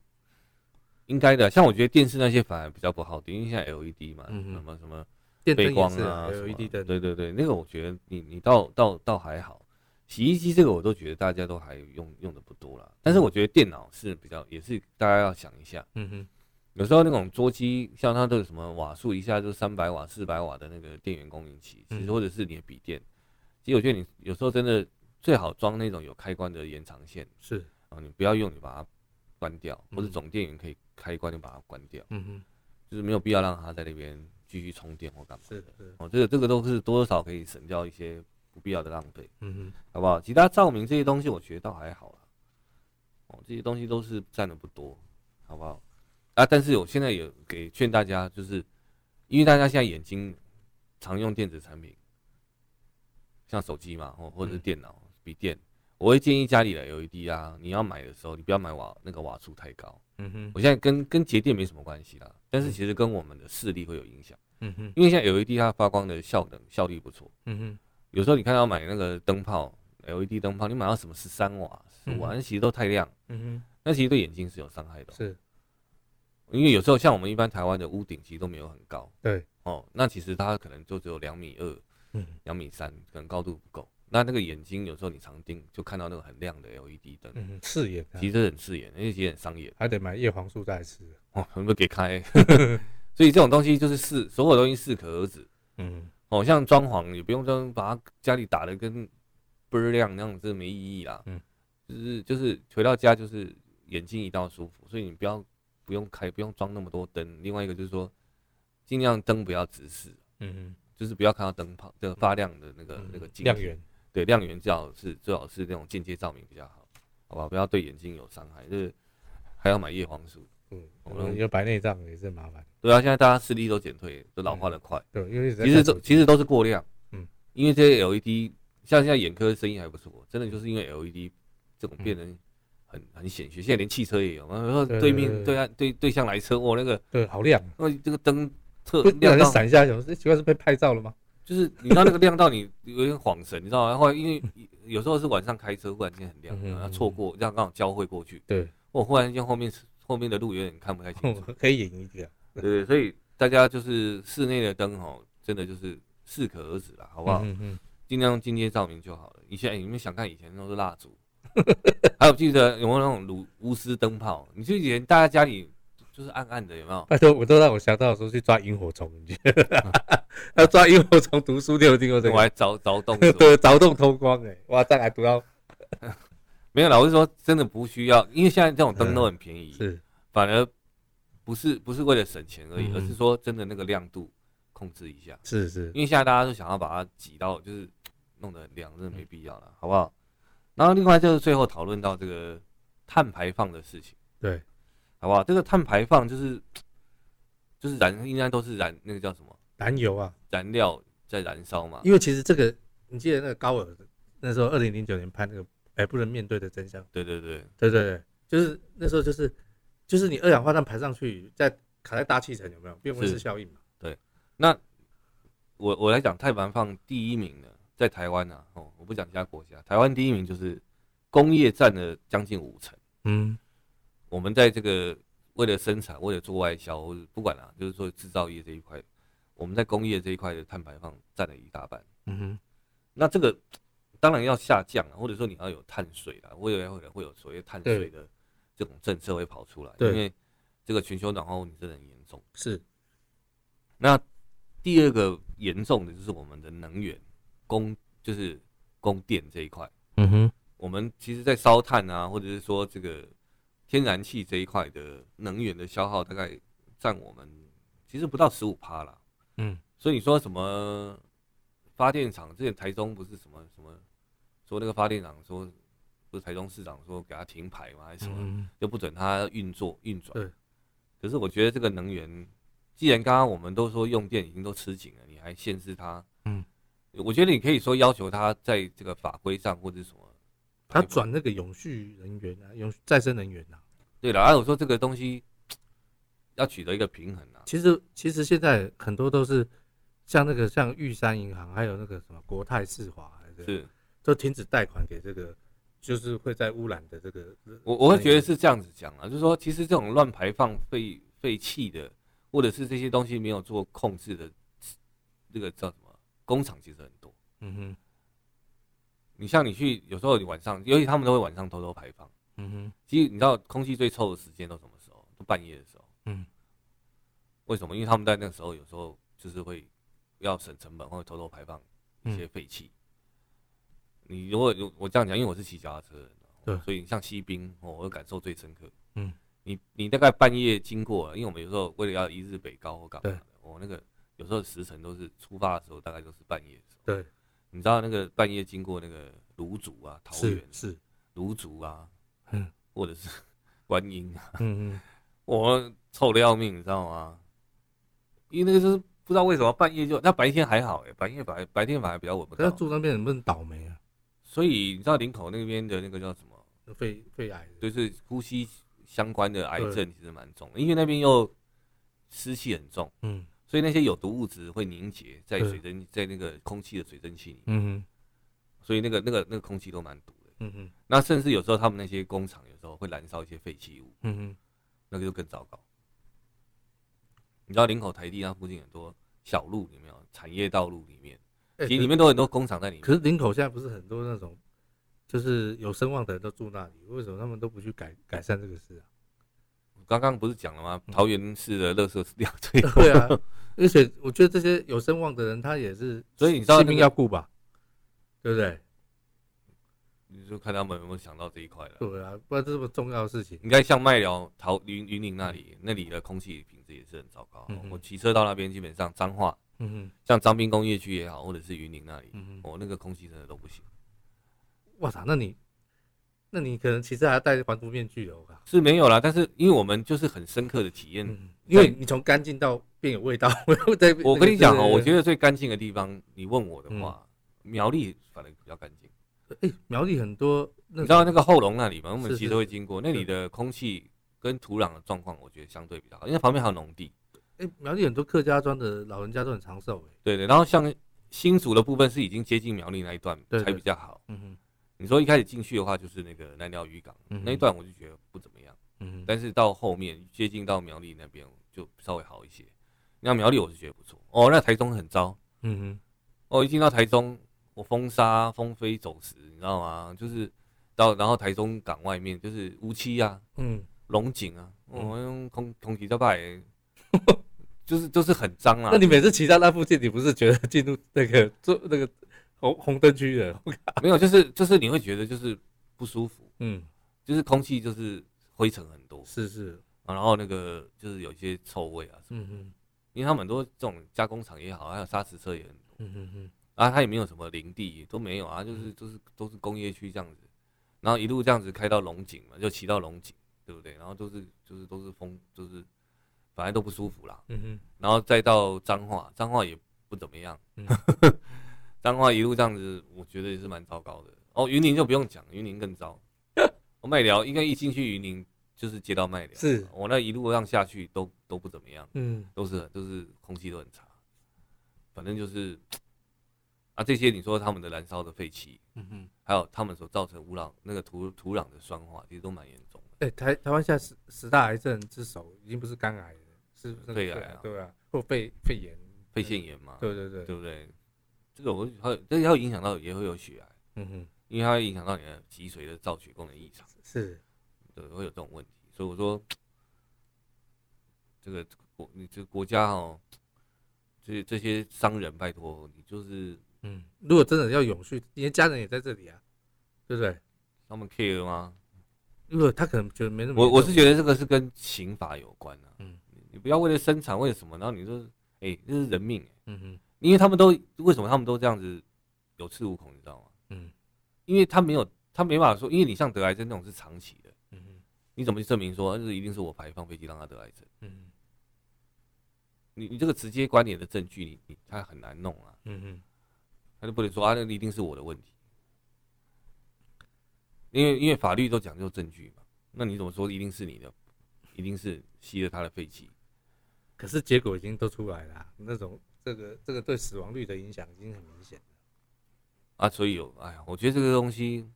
应该的。像我觉得电视那些反而比较不好电，因为现在 LED 嘛，嗯哼什么什么电灯背也光是啊啊什么，LED 灯，对对对，那个我觉得你你倒倒倒还好。洗衣机这个我都觉得大家都还用用的不多啦，但是我觉得电脑是比较也是大家要想一下，嗯哼，有时候那种桌机，像它的什么瓦数一下就三百瓦、四百瓦的那个电源供应器，其嗯实或者是你的笔电，其实我觉得你有时候真的最好装那种有开关的延长线是，啊，你不要用，你把它关掉，嗯或者总电源可以开关就把它关掉，嗯哼，就是没有必要让它在那边继续充电或干嘛是的。的，是的，哦，这个这个都是多少可以省掉一些不必要的浪费，嗯好不好？其他照明这些东西我觉得倒还好啦，哦，这些东西都是占的不多，好不好？啊，但是我现在也给劝大家，就是因为大家现在眼睛常用电子产品，像手机嘛，哦或或者是嗯电脑、笔电，我会建议家里的 LED 啊，你要买的时候，你不要买瓦那个瓦数太高。哼，嗯哼，我现在跟跟节电没什么关系啦，但是其实跟我们的视力会有影响，嗯哼，因为现在 LED 它发光的效能效率不错，嗯哼，有时候你看到买那个灯泡 LED 灯泡，你买到什么十三瓦、十五瓦，嗯那其实都太亮，嗯那其实对眼睛是有伤害哼，的哦、是，因为有时候像我们一般台湾的屋顶其实都没有很高对，哦，那其实它可能就只有两米二、嗯两米三，可能高度不够。那那个眼睛有时候你常盯就看到那个很亮的 LED 灯，嗯哼，视野啊其实这很刺眼，而且其实很伤眼还得买叶黄素再吃，啊 哦，有没有给开？ 所以这种东西就是适，所有东西适可而止。嗯，哦，像装潢也不用装，把它家里打的跟倍儿亮那样，真的没意义啦。嗯，就是就是回到家就是眼睛一道舒服，所以你不要不用开，不用装那么多灯。另外一个就是说，尽量灯不要直视，嗯哼，就是不要看到灯泡这个发亮的那个、嗯那个镜亮子，源，对亮源最好是最好是那种间接照明比较好，好吧，不要对眼睛有伤害。就是还要买叶黄素，嗯，我我们们有白内障也是麻烦，对啊，现在大家视力都减退，都老化的快。对，因为一直在其实看都手机其实都是过量，嗯嗯，因为这些 LED 像现在眼科生意还不错，真的就是因为 LED 这种变成很、很显学，现在连汽车也有，然后嗯对对对面对对岸对对向来车，哦，那个对，好亮啊，那这个灯特不，不亮然就 到，闪一下，想说诶奇怪是被拍照了吗？ 就是你知道那个亮到你有点晃神，你知道吗？然后因为有时候是晚上开车，忽然间很亮，嗯然后错过，这样刚好交汇过去，对，哦我忽然间后面后面的路有点看不太清楚，可以演一个，对对，所以大家就是室内的灯哦，真的就是适可而止啦，好好不好？嗯嗯，尽量进阶照明就好了。以前、哎你们想看以前都是蜡烛， 还有记得有没有那种炉钨丝灯泡？你就以前大家家里就是暗暗的，有没有？拜托，我都让我想到说去抓萤火虫，你觉得？ 要抓萤火虫读书，你有听过这我个？还凿凿洞 子，对，凿洞偷光哎、哇，再来读到没有啦，我是说真的不需要，因为现在这种灯都很便宜，是反而不是不是为了省钱而已，嗯而是说真的那个亮度控制一下，是是，因为现在大家都想要把它挤到就是弄得很亮，真的没必要了，好不好？然后另外就是最后讨论到这个碳排放的事情。对，好不好？这个碳排放就是就是燃，应该都是燃那个叫什么燃油啊，燃料在燃烧嘛。因为其实这个，你记得那个高尔那时候二零零九年拍那个哎、不能面对的真相，对对对，对对对，就是那时候就是就是你二氧化碳排上去，再卡在大气层有没有变温室是效应嘛？我我来讲碳排放第一名的，在台湾啊，哦，我不讲其他国家，台湾第一名就是工业占了将近五成。嗯，我们在这个为了生产、为了做外销，或者不管啦、就是说制造业这一块，我们在工业这一块的碳排放占了一大半。嗯哼，那这个当然要下降了，或者说你要有碳税啦，未来可能会有所谓碳税的这种政策会跑出来，对因为这个全球暖化问题真的很严重。是那第二个严重的就是我们的能源供，就是供电这一块，嗯哼，我们其实在烧炭啊，或者是说这个天然气这一块的能源的消耗，大概占我们其实不到十五趴啦。嗯，所以你说什么发电厂？之前台中不是什么什么说那个发电厂说不是台中市长说给他停牌吗？还是什么，嗯就不准他运作运转？对。可是我觉得这个能源，既然刚刚我们都说用电已经都吃紧了，你还限制它，嗯，我觉得你可以说要求它在这个法规上或者什么。他转那个永续能源啊，永续再生能源啊，对了，啊，我说这个东西要取得一个平衡啊。其实其实现在很多都是像那个像玉山银行，还有那个什么国泰世华，还是是都停止贷款给这个，就是会在污染的这个。我我会觉得是这样子讲啊，就是说其实这种乱排放废废气的，或者是这些东西没有做控制的，这个叫什么工厂其实很多。嗯哼，你像你去有时候你晚上，尤其他们都会晚上偷偷排放。嗯哼，其实你知道空气最臭的时间都什么时候？都半夜的时候。嗯。为什么？因为他们在那个时候有时候就是会要省成本，或者偷偷排放一嗯些废气。你如果有我这样讲，因为我是骑脚踏车的人哦，对所以你像西滨，哦我的感受最深刻。嗯，你你大概半夜经过，啊因为我们有时候为了要一日北高或干嘛对的，我那个有时候时辰都是出发的时候，大概都是半夜的时候。对，你知道那个半夜经过那个芦竹啊、桃园是啊、是，芦竹啊，嗯或者是 观音啊，嗯 嗯，我臭的要命，你知道吗？因为那个就是不知道为什么半夜就，那白天还好哎、白天白白天反而比较闻不可是到。住那边能不能倒霉啊？所以你知道林口那边的那个叫什么，肺肺癌的，就是呼吸相关的癌症其实蛮重的，因为那边又湿气很重，嗯所以那些有毒物质会凝结在对水蒸在那个空气的水蒸气里面，嗯哼所以那个那个那个空气都蛮毒的。嗯哼那甚至有时候他们那些工厂有时候会燃烧一些废弃物，嗯哼，那个就更糟糕。你知道林口台地那附近很多小路有没有？产业道路里面，哎其实里面都有很多工厂在里面。可是林口现在不是很多那种，就是有声望的人都住那里，为什么他们都不去改改善这个 事啊？刚刚不是讲了吗？桃园市的垃圾是量 最多，对啊，而且我觉得这些有声望的人，他也是， 所以你知道那性个命要顾吧，对不对？你就看他们有没有想到这一块了。对啊，不然这么重要的事情，应该像麦寮、桃云云林那里，那里的空气品质也是很糟糕。哦嗯哼我骑车到那边，基本上彰化，嗯像彰滨工业区也好，或者是云林那里，嗯嗯，我、那个空气真的都不行。我操，那你，那你可能其实还要戴防毒面具哦，我靠，是没有啦，但是因为我们就是很深刻的体验嗯，因为你从干净到变有味道， 我又在，我跟你讲哦，我得觉得最干净的地方，你问我的嗯话，苗栗反而比较干净。苗栗很多，你你知道那个后龙那里吗？我们是其是实会经过，那里的空气跟土壤的状况，我觉得相对比较好，因为旁边还有农地。哎、苗栗很多客家庄的老人家都很长寿哎、对对，然后像新竹的部分是已经接近苗栗那一段对对才比较好。嗯哼，你说一开始进去的话，就是那个南寮渔港、嗯哼那一段，我就觉得不怎么样。嗯哼，但是到后面接近到苗栗那边就稍微好一些。那苗栗我是觉得不错哦，那台中很糟嗯哼，哦，一进到台中我风沙风飞走石，你知道吗？就是到然后台中港外面就是乌漆啊、嗯，龙井啊，我、哦、用空空气 在摆，就是就是很脏啊那。你每次骑到那附近，你不是觉得进入那个做那个红红灯区了？没有，就是就是你会觉得就是不舒服，嗯，就是空气就是灰尘很多，是是，然后那个就是有一些臭味啊什么，嗯哼，因为他们很多这种加工厂也好，还有砂石车也很多。嗯哼哼，啊，它也没有什么林地，都没有啊，就是嗯就是都是工业区这样子，然后一路这样子开到龙井嘛，就骑到龙井，对不对？然后都是就是都是风，就是反正都不舒服啦。嗯哼，然后再到彰化，彰化也不怎么样，嗯 彰化一路这样子，我觉得也是蛮糟糕的。哦，云林就不用讲，云林更糟。 我麦寮应该一进去云林就是接到麦寮，是我那一路上下去都都不怎么样。嗯都是很都是空气都很差，反正就是啊这些你说他们的燃烧的废气，嗯哼，还有他们所造成污染那个土土壤的酸化，其实都蛮严重的。哎、台台湾现在十十大癌症之首，已经不是肝癌了，是那个肺癌啊对啊，或肺肺炎，肺腺炎嘛，对对对，对不对？这个我还有，但是它会影响到也会有血癌，嗯哼，因为它会影响到你的脊髓的造血功能异常，是，对，会有这种问题。所以我说，这个国你这个国家哦，这这些商人拜托你就是嗯，如果真的要永续，你的家人也在这里啊，对不对？他们 care 吗？如果他可能觉得没那么我严我重是觉得这个是跟刑法有关啊，嗯嗯，你不要为了生产为了什么，然后你说，哎、这是人命、嗯哼，因为他们都为什么他们都这样子有恃无恐，你知道吗？嗯因为他没有他没办法说，因为你像得癌症那种是长期的，嗯哼，你怎么去证明说啊这一定是我排放飞机让他得癌症？嗯哼，你你这个直接关联的证据，你你他很难弄啊，嗯哼，他就不能说啊那一定是我的问题，因为因为法律都讲究证据嘛，那你怎么说一定是你的，一定是吸了他的废气？可是结果已经都出来了啊、那种这个这个对死亡率的影响已经很明显了。啊，所以有，哎呀，我觉得这个东西，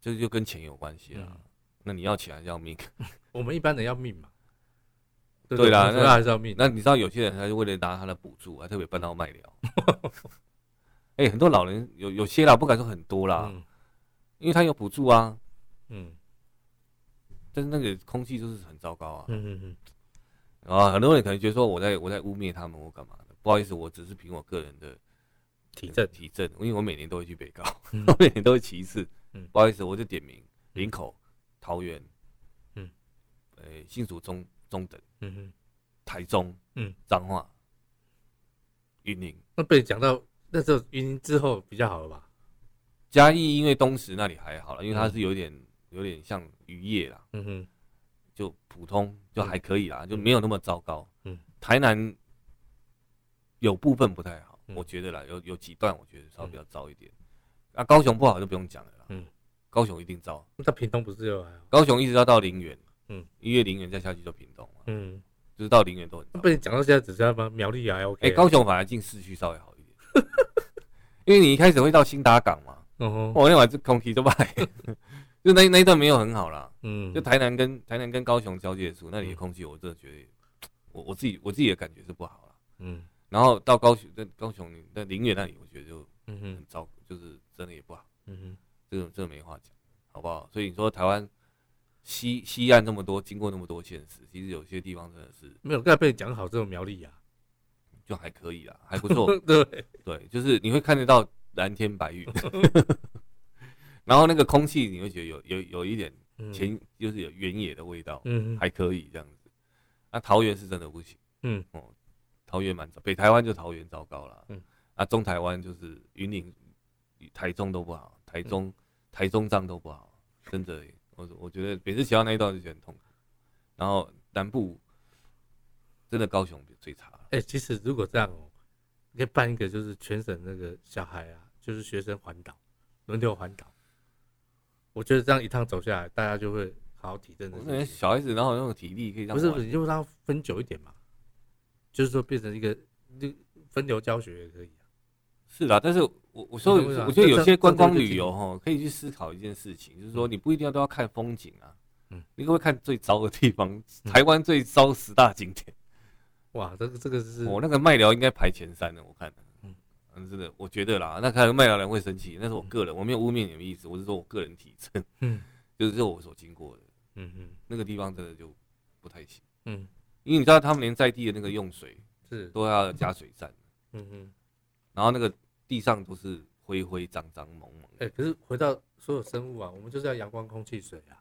这就跟钱有关系啦。嗯那你要钱还是要命？ 我们一般人要命嘛，对对我啦们主那要还是要命。那你知道有些人他是为了拿他的补助，还特别搬到麦寮。 哎、很多老人有有些啦，不敢说很多啦，嗯因为他有补助啊，嗯但是那个空气就是很糟糕啊。嗯嗯嗯，啊，很多人可能觉得说我在我在污蔑他们，我干嘛的？不好意思，我只是凭我个人的体证体证，因为我每年都会去北高，嗯 我每年都会骑一次。嗯不好意思，我就点名林口、桃园，嗯，呃、新竹中中等、嗯哼，台中，嗯，彰化、云林、那被你讲到那时候云林之后比较好了吧？嘉义，因为东石那里还好了，因为它嗯是有点有点像渔业啦，嗯哼，就普通，就还可以啦，就没有那么糟糕。嗯，台南有部分不太好，嗯我觉得啦，有有几段我觉得稍微比较糟一点。啊，高雄不好就不用讲了啦，嗯，高雄一定糟，那屏东不是有还好？高雄一直要到林园，嗯，一月林园再下去就屏东了，嗯，就是到林园都很糟那。被你讲到现在只是他妈苗栗还 OK 哎、啊。高雄反而进市区稍微好一点， 因为你一开始会到新达港嘛，哦嗯哼，我那晚就空气都败， 就那那一段没有很好啦。嗯，就台南跟台南跟高雄交界处那里的空气，我真的觉得，我我自己我自己的感觉是不好啦。嗯然后到高雄，在高雄在林园那里，我觉得就嗯很哼糟，就是真的也不好，嗯哼这个这个没话讲，好不好？所以你说台湾西西岸那么多，经过那么多县市，其实有些地方真的是没有，刚才被你讲好这种苗栗啊，就还可以啦，还不 错。对，对，就是你会看得到蓝天白云， 然后那个空气你会觉得有有有一点嗯前、就是有原野的味道，嗯哼还可以这样子。那桃园是真的不行，嗯哦，桃园蛮糟，北台湾就桃园糟糕了，嗯嗯，啊，中台湾就是云林、台中都不好，台中、嗯台中脏都不好，真的耶，我我觉得每次骑到那一段就觉得很痛苦。然后南部真的高雄最差了，哎、其实如果这样哦，你可以办一个，就是全省那个小孩啊，就是学生环岛，轮流环岛。我觉得这样一趟走下来，大家就会好好体证我这那件些事情。小孩子然后那种体力可以让不是我不是，你就让他分久一点嘛，就是说变成一个就分流教学也可以啊。是啦，但是我我说，对啊我觉得有些观光旅这游哈，可以去思考一件事情，就是说你不一定要都要看风景啊，嗯你可不可以看最糟的地方？嗯台湾最糟十大景点，哦哇，这个这个是我、那个麦寮应该排前三的，我看嗯嗯，真的，我觉得啦，那可能麦寮人会生气，那是我个人，我没有污蔑你们的意思，我是说我个人体证，嗯 就是这我所经过的嗯嗯那个地方，真的就不太行，嗯因为你知道他们连在地的那个用水是都要加水站，嗯嗯，然后那个地上都是灰灰脏脏蒙蒙的，哎、可是回到所有生物啊，我们就是要阳光、空气、水啊。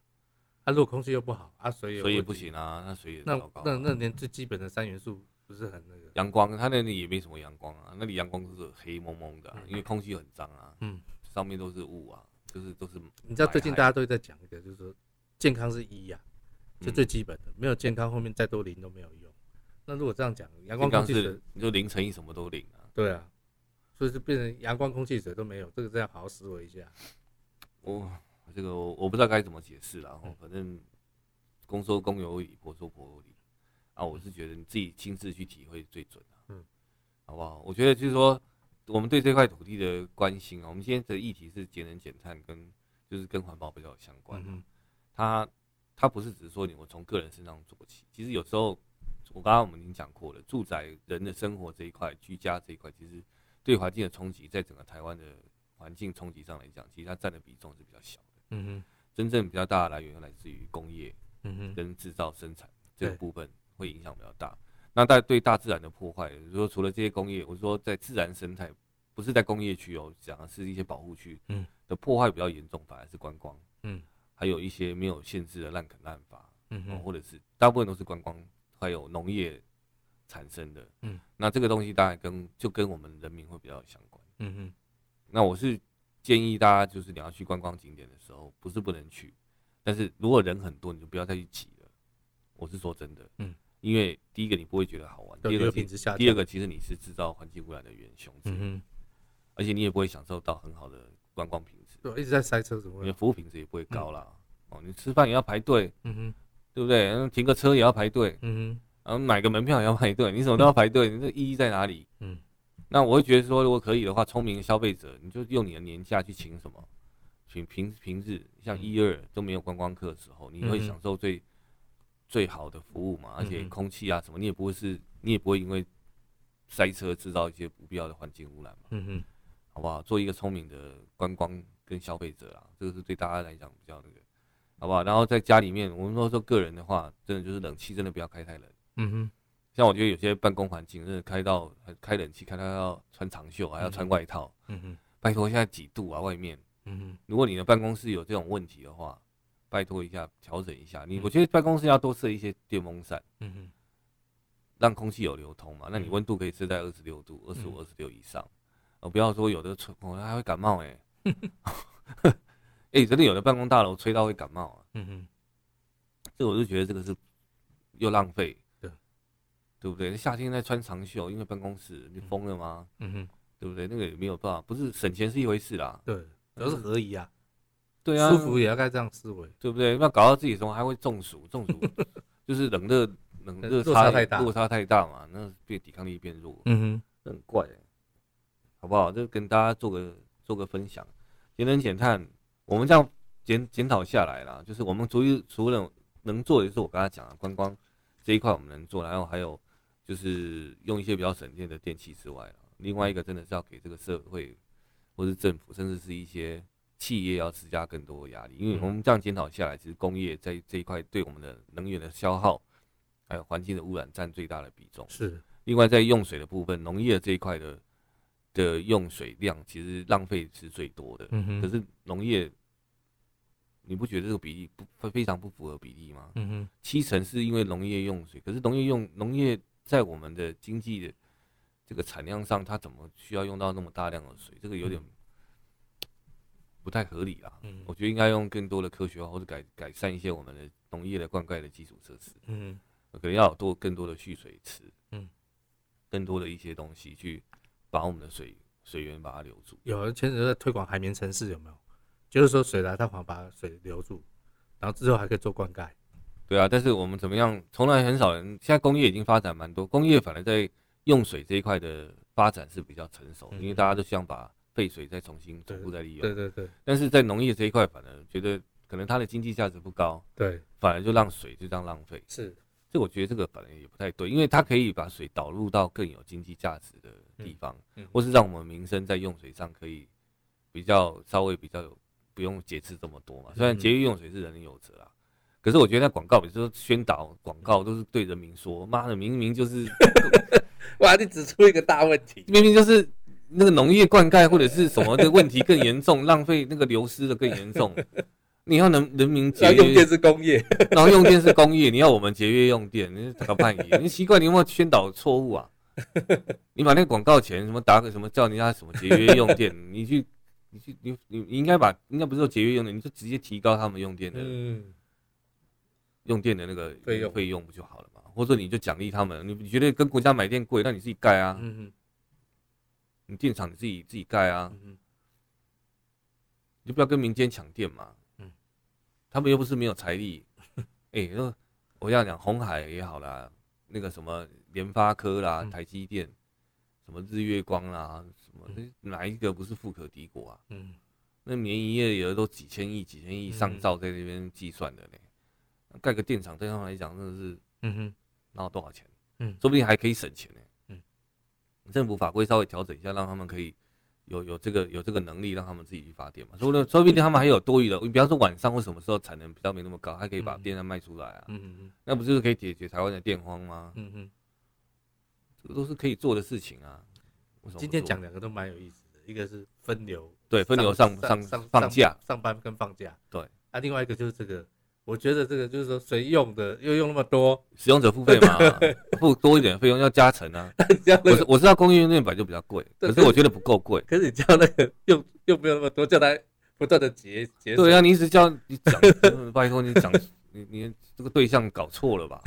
啊，如果空气又不好，啊，水也水也问不题行啊，那水也那糟糕啊、那那连最基本的三元素不是很那个，阳光，它那里也没什么阳光啊，那里阳光都是黑蒙蒙的啊、因为空气很脏啊，嗯，上面都是雾啊，就是都是你知道最近白大海家都在讲一个，就是说健康是一呀、啊，就嗯最基本的，没有健康后面再多零都没有用。那如果这样讲，阳光、刚空刚气、水是，你就零乘以什么都零啊。对啊，所以就变成阳光、空气、水都没有，这个真要好好思维一嗯下。我这个我我不知道该怎么解释了，嗯反正公说公有理，婆说婆有理啊，我是觉得你自己亲自去体会最准啊，嗯，好不好？我觉得就是说我们对这块土地的关心啊，我们今天的议题是节能减碳跟就是跟环保比较有相关、啊嗯哼，它它不是只是说你我从个人身上做起，其实有时候我刚刚我们已经讲过了，住宅人的生活这一块、居家这一块，其实对环境的冲击，在整个台湾的环境冲击上来讲，其实它占的比重是比较小的。嗯哼，真正比较大的来源来自于工业嗯哼，跟制造生产这个对部分会影响比较大。那大对大自然的破坏，就是说除了这些工业，我说在自然生态，不是在工业区哦，讲的是一些保护区，嗯，的破坏比较严重，反而是观光，嗯，还有一些没有限制的滥垦滥伐，嗯哦，哼，或者是大部分都是观光还有农业产生的。嗯，那这个东西当然跟就跟我们人民会比较有相关。嗯哼，那我是建议大家，就是你要去观光景点的时候，不是不能去，但是如果人很多，你就不要再去挤了。我是说真的，嗯，因为第一个你不会觉得好玩，对第二旅游个品其质下降。第二，个其实你是制造环境污染的元凶之一，嗯哼，而且你也不会享受到很好的观光品质，对，啊嗯一直在塞车，怎么你的会？服务品质也不会高啦。哦，你吃饭也要排队，嗯哼，对不对？然嗯后停个车也要排队，嗯然后买个门票也要排队，你什么都要排队，你这意义在哪里？嗯，那我会觉得说，如果可以的话，聪明的消费者，你就用你的年假去请什么，请平平日像嗯一二都没有观光客的时候，你会嗯哼享受最、最好的服务嘛，而且嗯哼空气啊什么，你也不会是，你也不会因为塞车制造一些不必要的环境污染嘛，哼，嗯哼，好不好？做一个聪明的观光跟消费者啊，这个是对大家来讲比较那个，好不好？然后在家里面，我们说说个人的话，真的就是冷气真的不要开太冷。嗯哼，像我觉得有些办公环境，真的开到开冷气，开到要穿长袖，还要穿外套。嗯哼，拜托，现在几度啊？外面，嗯哼，如果你的办公室有这种问题的话，拜托一下调整一下。你我觉得办公室要多设一些电风扇，嗯哼，让空气有流通嘛。那你嗯温度可以设在二十六度、二十五、嗯二十六以上，哦，不要说有的吹，哦，他会感冒哎、 欸。哎、真的有的办公大楼吹到会感冒啊。嗯哼，这我就觉得这个是又浪费，对，对不对？夏天在穿长袖，因为办公室你疯了吗？嗯哼，对不对？那个也没有办法，不是省钱是一回事啦，对，主要是合宜啊，对啊，舒服，也要该这样思维。对不对？那搞到自己什么还会中暑，中暑就是冷热冷热落差差太大落差太大嘛，那变抵抗力变弱，嗯那很怪欸、好不好？就跟大家做个做个分享，节能减碳，我们这样检检讨下来啦，就是我们除了除了能做的，就是我刚才讲的观光这一块我们能做，然后还有就是用一些比较省电的电器之外啦，另外一个真的是要给这个社会或是政府，甚至是一些企业要施加更多的压力，因为嗯我们这样检讨下来，其实工业在这一块对我们的能源的消耗，还有环境的污染占最大的比重哼，。是，另外，在用水的部分，农业这一块的的用水量其实浪费是最多的。嗯哼，可，是农业，你不觉得这个比例不非常不符合比例吗？嗯哼，七成是因为农业用水，可是农业用农业在我们的经济的这个产量上，它怎么需要用到那么大量的水？这个有点不太合理啦。嗯我觉得应该用更多的科学化，或者改改善一些我们的农业的灌溉的基础设施。嗯可能要有多更多的蓄水池，嗯，更多的一些东西去把我们的水水源把它留住。有人前阵子在推广海绵城市，有没有？就是说水来，它反而把水留住，然后之后还可以做灌溉。对啊，但是我们怎么样？从来很少人，现在工业已经发展蛮多，工业反而在用水这一块的发展是比较成熟的，嗯因为大家都想把废水再重新重复再利用对。对对但是在农业这一块，反而觉得可能它的经济价值不高，对，反而就让水就这样浪费。是，这我觉得这个反而也不太对，因为它可以把水导入到更有经济价值的地方，嗯嗯或是让我们民生在用水上可以比较稍微比较有不用节制这么多嘛。虽然嗯节约用水是人人有责啦，可是我觉得那广告，比如说宣导广告，都是对人民说，妈的，明明就是哇，你指出一个大问题，明明就是那个农业灌溉或者是什么的问题更严重，浪费那个流失的更严重。你要能人民节要用约电，是工业，然后用电是工业，你要我们节约用电，你打个半夜，你奇怪，你有没有宣导错误啊？你把那个广告钱什么打个什么叫人家什么节约用电，你去你去你你你应该把应该不是说节约用电，你就直接提高他们用电的、嗯，用电的那个费用费用不就好了嘛？或者你就奖励他们，你你觉得跟国家买电贵，那你自己盖啊，嗯你电厂你自己自己盖啊，嗯你就不要跟民间抢电嘛。嗯他们又不是没有财 力。哎、那我要讲红海也好啦，那个什么联发科啦、嗯台积电，什么日月光啦，什么、哪一个不是富可敌国啊？嗯，那年营业额都几千亿、几千亿、上嗯兆在那边计算的嘞。盖个电厂对他们来讲真的是嗯哼，哪有多少钱？嗯说不定还可以省钱呢。嗯，政府法规稍微调整一下，让他们可以有有这个有这个能力，让他们自己去发电嘛。说不定说不定他们还有多余的，你比方说晚上或什么时候产能比较没那么高，还可以把嗯电再卖出来啊，嗯那不就是可以解决台湾的电荒吗？嗯嗯，这个都是可以做的事情啊。为什么不今天做讲两个都蛮有意思的，一个是分流，对分流上上上上放假，上班跟放假，对，啊，另外一个就是这个，我觉得这个就是说谁用的又用那么多， 使用者付费嘛，付多一点费用要加成啊。这样那我个是我知道工业用电本来就比较贵，对可是我觉得不够贵。可是你叫那个又又没有那么多，叫他不断的节节对呀、啊，你一直叫你讲，嗯拜托你讲，你你这个对象搞错了吧？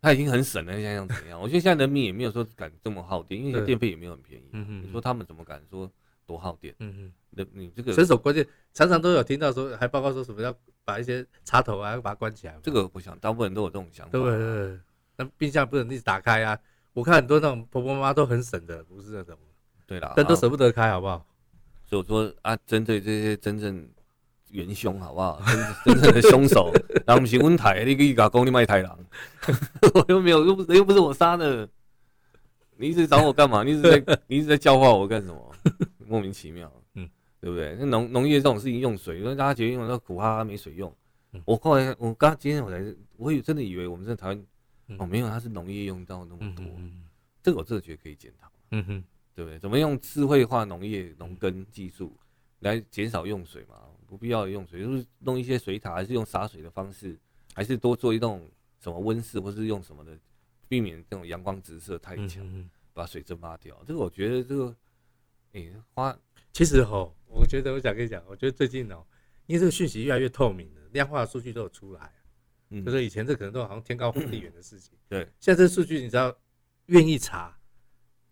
他已经很省了，现在想怎样？我觉得现在人民也没有说敢这么耗电，因为对电费也没有很便宜。嗯哼你说他们怎么敢说多耗电？嗯那你这嗯，个伸手关键常常都有听到说，还报告说什么要把一些插头啊要把它关起来嘛，这个，我想大部分人都有这种想法对。不对？那冰箱不能一直打开啊。我看很多那种婆婆妈妈都很省的，不是那种，对啦，但都啊舍不得开，好不好？所以我说啊，针对这些真正元凶好不好？ 真真正的凶手，然后不是温台，你给搞公你卖太郎， 我又没有，又不是又不是我杀的，你一直找我干嘛？你一直 在你一直在教化我干什么？莫名其妙，嗯，对不对？那农农业这种事情用水，因为大家觉得用那苦哈哈没水用嗯。我后来，我刚今天我才，我也真的以为我们在台湾，嗯哦，没有，它是农业用到那么嗯多，嗯这个我真的觉得可以检讨。嗯哼，对不对？怎么用智慧化农业农嗯耕技术来减少用水嘛？不必要的用水，就是弄一些水塔，还是用洒水的方式，还是多做一种什么温室，或是用什么的，避免这种阳光直射太强，嗯。把水蒸发掉。这个我觉得这个，诶、花其实吼，我觉得我想跟你讲，我觉得最近哦，因为这个讯息越来越透明了，量化的数据都有出来，嗯就是以前这可能都好像天高皇帝远的事情，对现在这数据你知道，愿意查，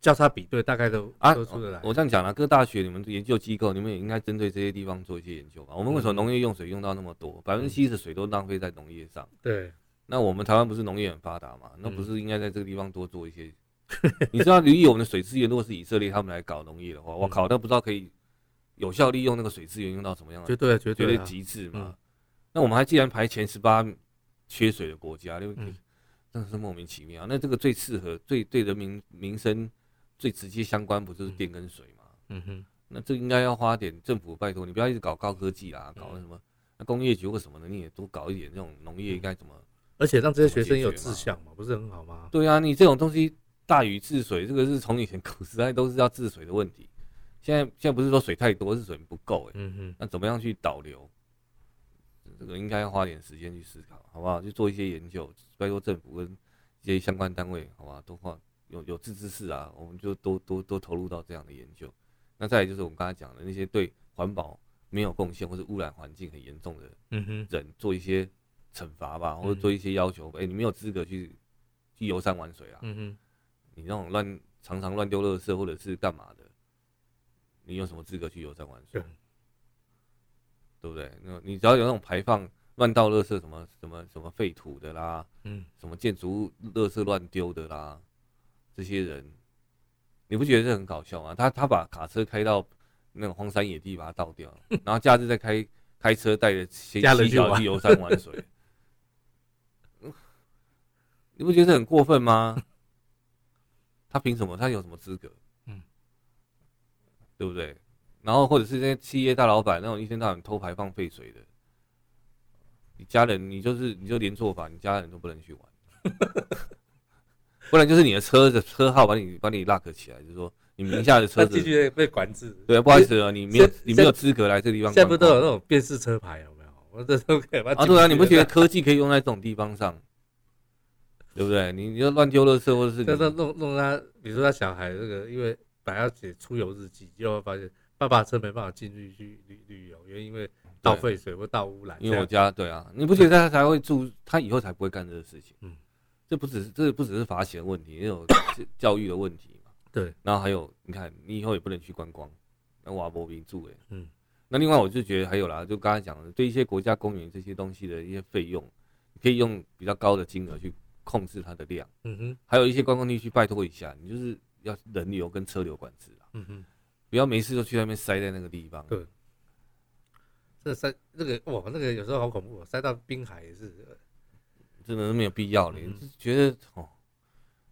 交叉比对，大概都啊都出得来。我这样讲了、各大学你们研究机构，你们也应该针对这些地方做一些研究吧。我们为嗯什么农业用水用到那么多？百分之七十的水都浪费在农业上。对，那我们台湾不是农业很发达嘛？那不嗯是应该在这个地方多做 一些？你知道，离我们的水资源，如果是以色列他们来搞农业的话，嗯我靠，那不知道可以有效利用那个水资源用到什么样绝的对啊绝绝对对啊极致嘛嗯？那我们还既然排前十八缺水的国家，就嗯真的是莫名其妙。那这个最适合、最对人民民生最直接相关，不就是电跟水吗？嗯哼，那这应该要花点政府，拜托你不要一直搞高科技啦，嗯搞那什么那工业局或什么的，你也多搞一点这种农业应该怎么。而且让这些学生解决有嘛志向嘛，不是很好吗？对啊，你这种东西大禹治水，这个是从以前古时代都是要治水的问题。现在现在不是说水太多，是水不够哎、嗯哼，那怎么样去导流？这个应该要花点时间去思考，好不好？去做一些研究，拜托政府跟一些相关单位，好吧，多花有有志之士啊，我们就多多多投入到这样的研究。那再来就是我们刚才讲的那些对环保没有贡献或者污染环境很严重的嗯哼，人做一些惩罚吧，或嗯者做一些要求。哎、你没有资格去去游山玩水啊！嗯哼，你那种乱常常乱丢垃圾或者是干嘛的，你有什么资格去游山玩水？对对不对？那你只要有那种排放乱倒垃圾什么什么什么废土的啦，嗯，什么建筑物垃圾乱丢的啦，这些人你不觉得这很搞笑吗？他他把卡车开到那种荒山野地，把它倒掉， 然后假日再开开车带着妻家人妻去小玩去游山玩水， 你不觉得这很过分 吗？他凭什么？他有什么资格？嗯，对不对？然后或者是这些企业大老板那种一天到晚偷排放废水的，你家人你就是你就连坐法，你家人都不能去玩， 不然就是你的车的车号把你把你 lock 起来，就是说你名下的车那子继续被管制。对，不好意思啊，你没有现你没有资格来这地方现在不观光。是都有那种辨识车牌有没有？我这都可以把它啊？对啊，进去你不觉得了科技可以用在这种地方上，对不对？你你就乱丢垃圾或者是但是你弄弄他，比如说他小孩这个，因为本来要写出游日记，结果发现爸爸车没办法进去去旅旅游，因为倒废水或倒污染这因为我样。家对啊，你不觉得他才会住，他以后才不会干这个事情？嗯这不只是这不只是罚钱的问题，也有教育的问题嘛。对，然后还有你看，你以后也不能去观光，那瓦博民住哎，嗯，那另外我就觉得还有啦，就刚才讲的，对一些国家公园这些东西的一些费用，你可以用比较高的金额去控制它的量。嗯哼，还有一些观光地区，拜托一下，你就是要人流跟车流管制啊，嗯哼，不要没事就去那边塞在那个地方。啊对这塞那个哇，那个有时候好恐怖、哦，塞到滨海也是。呃真的是没有必要了。嗯就觉得哦，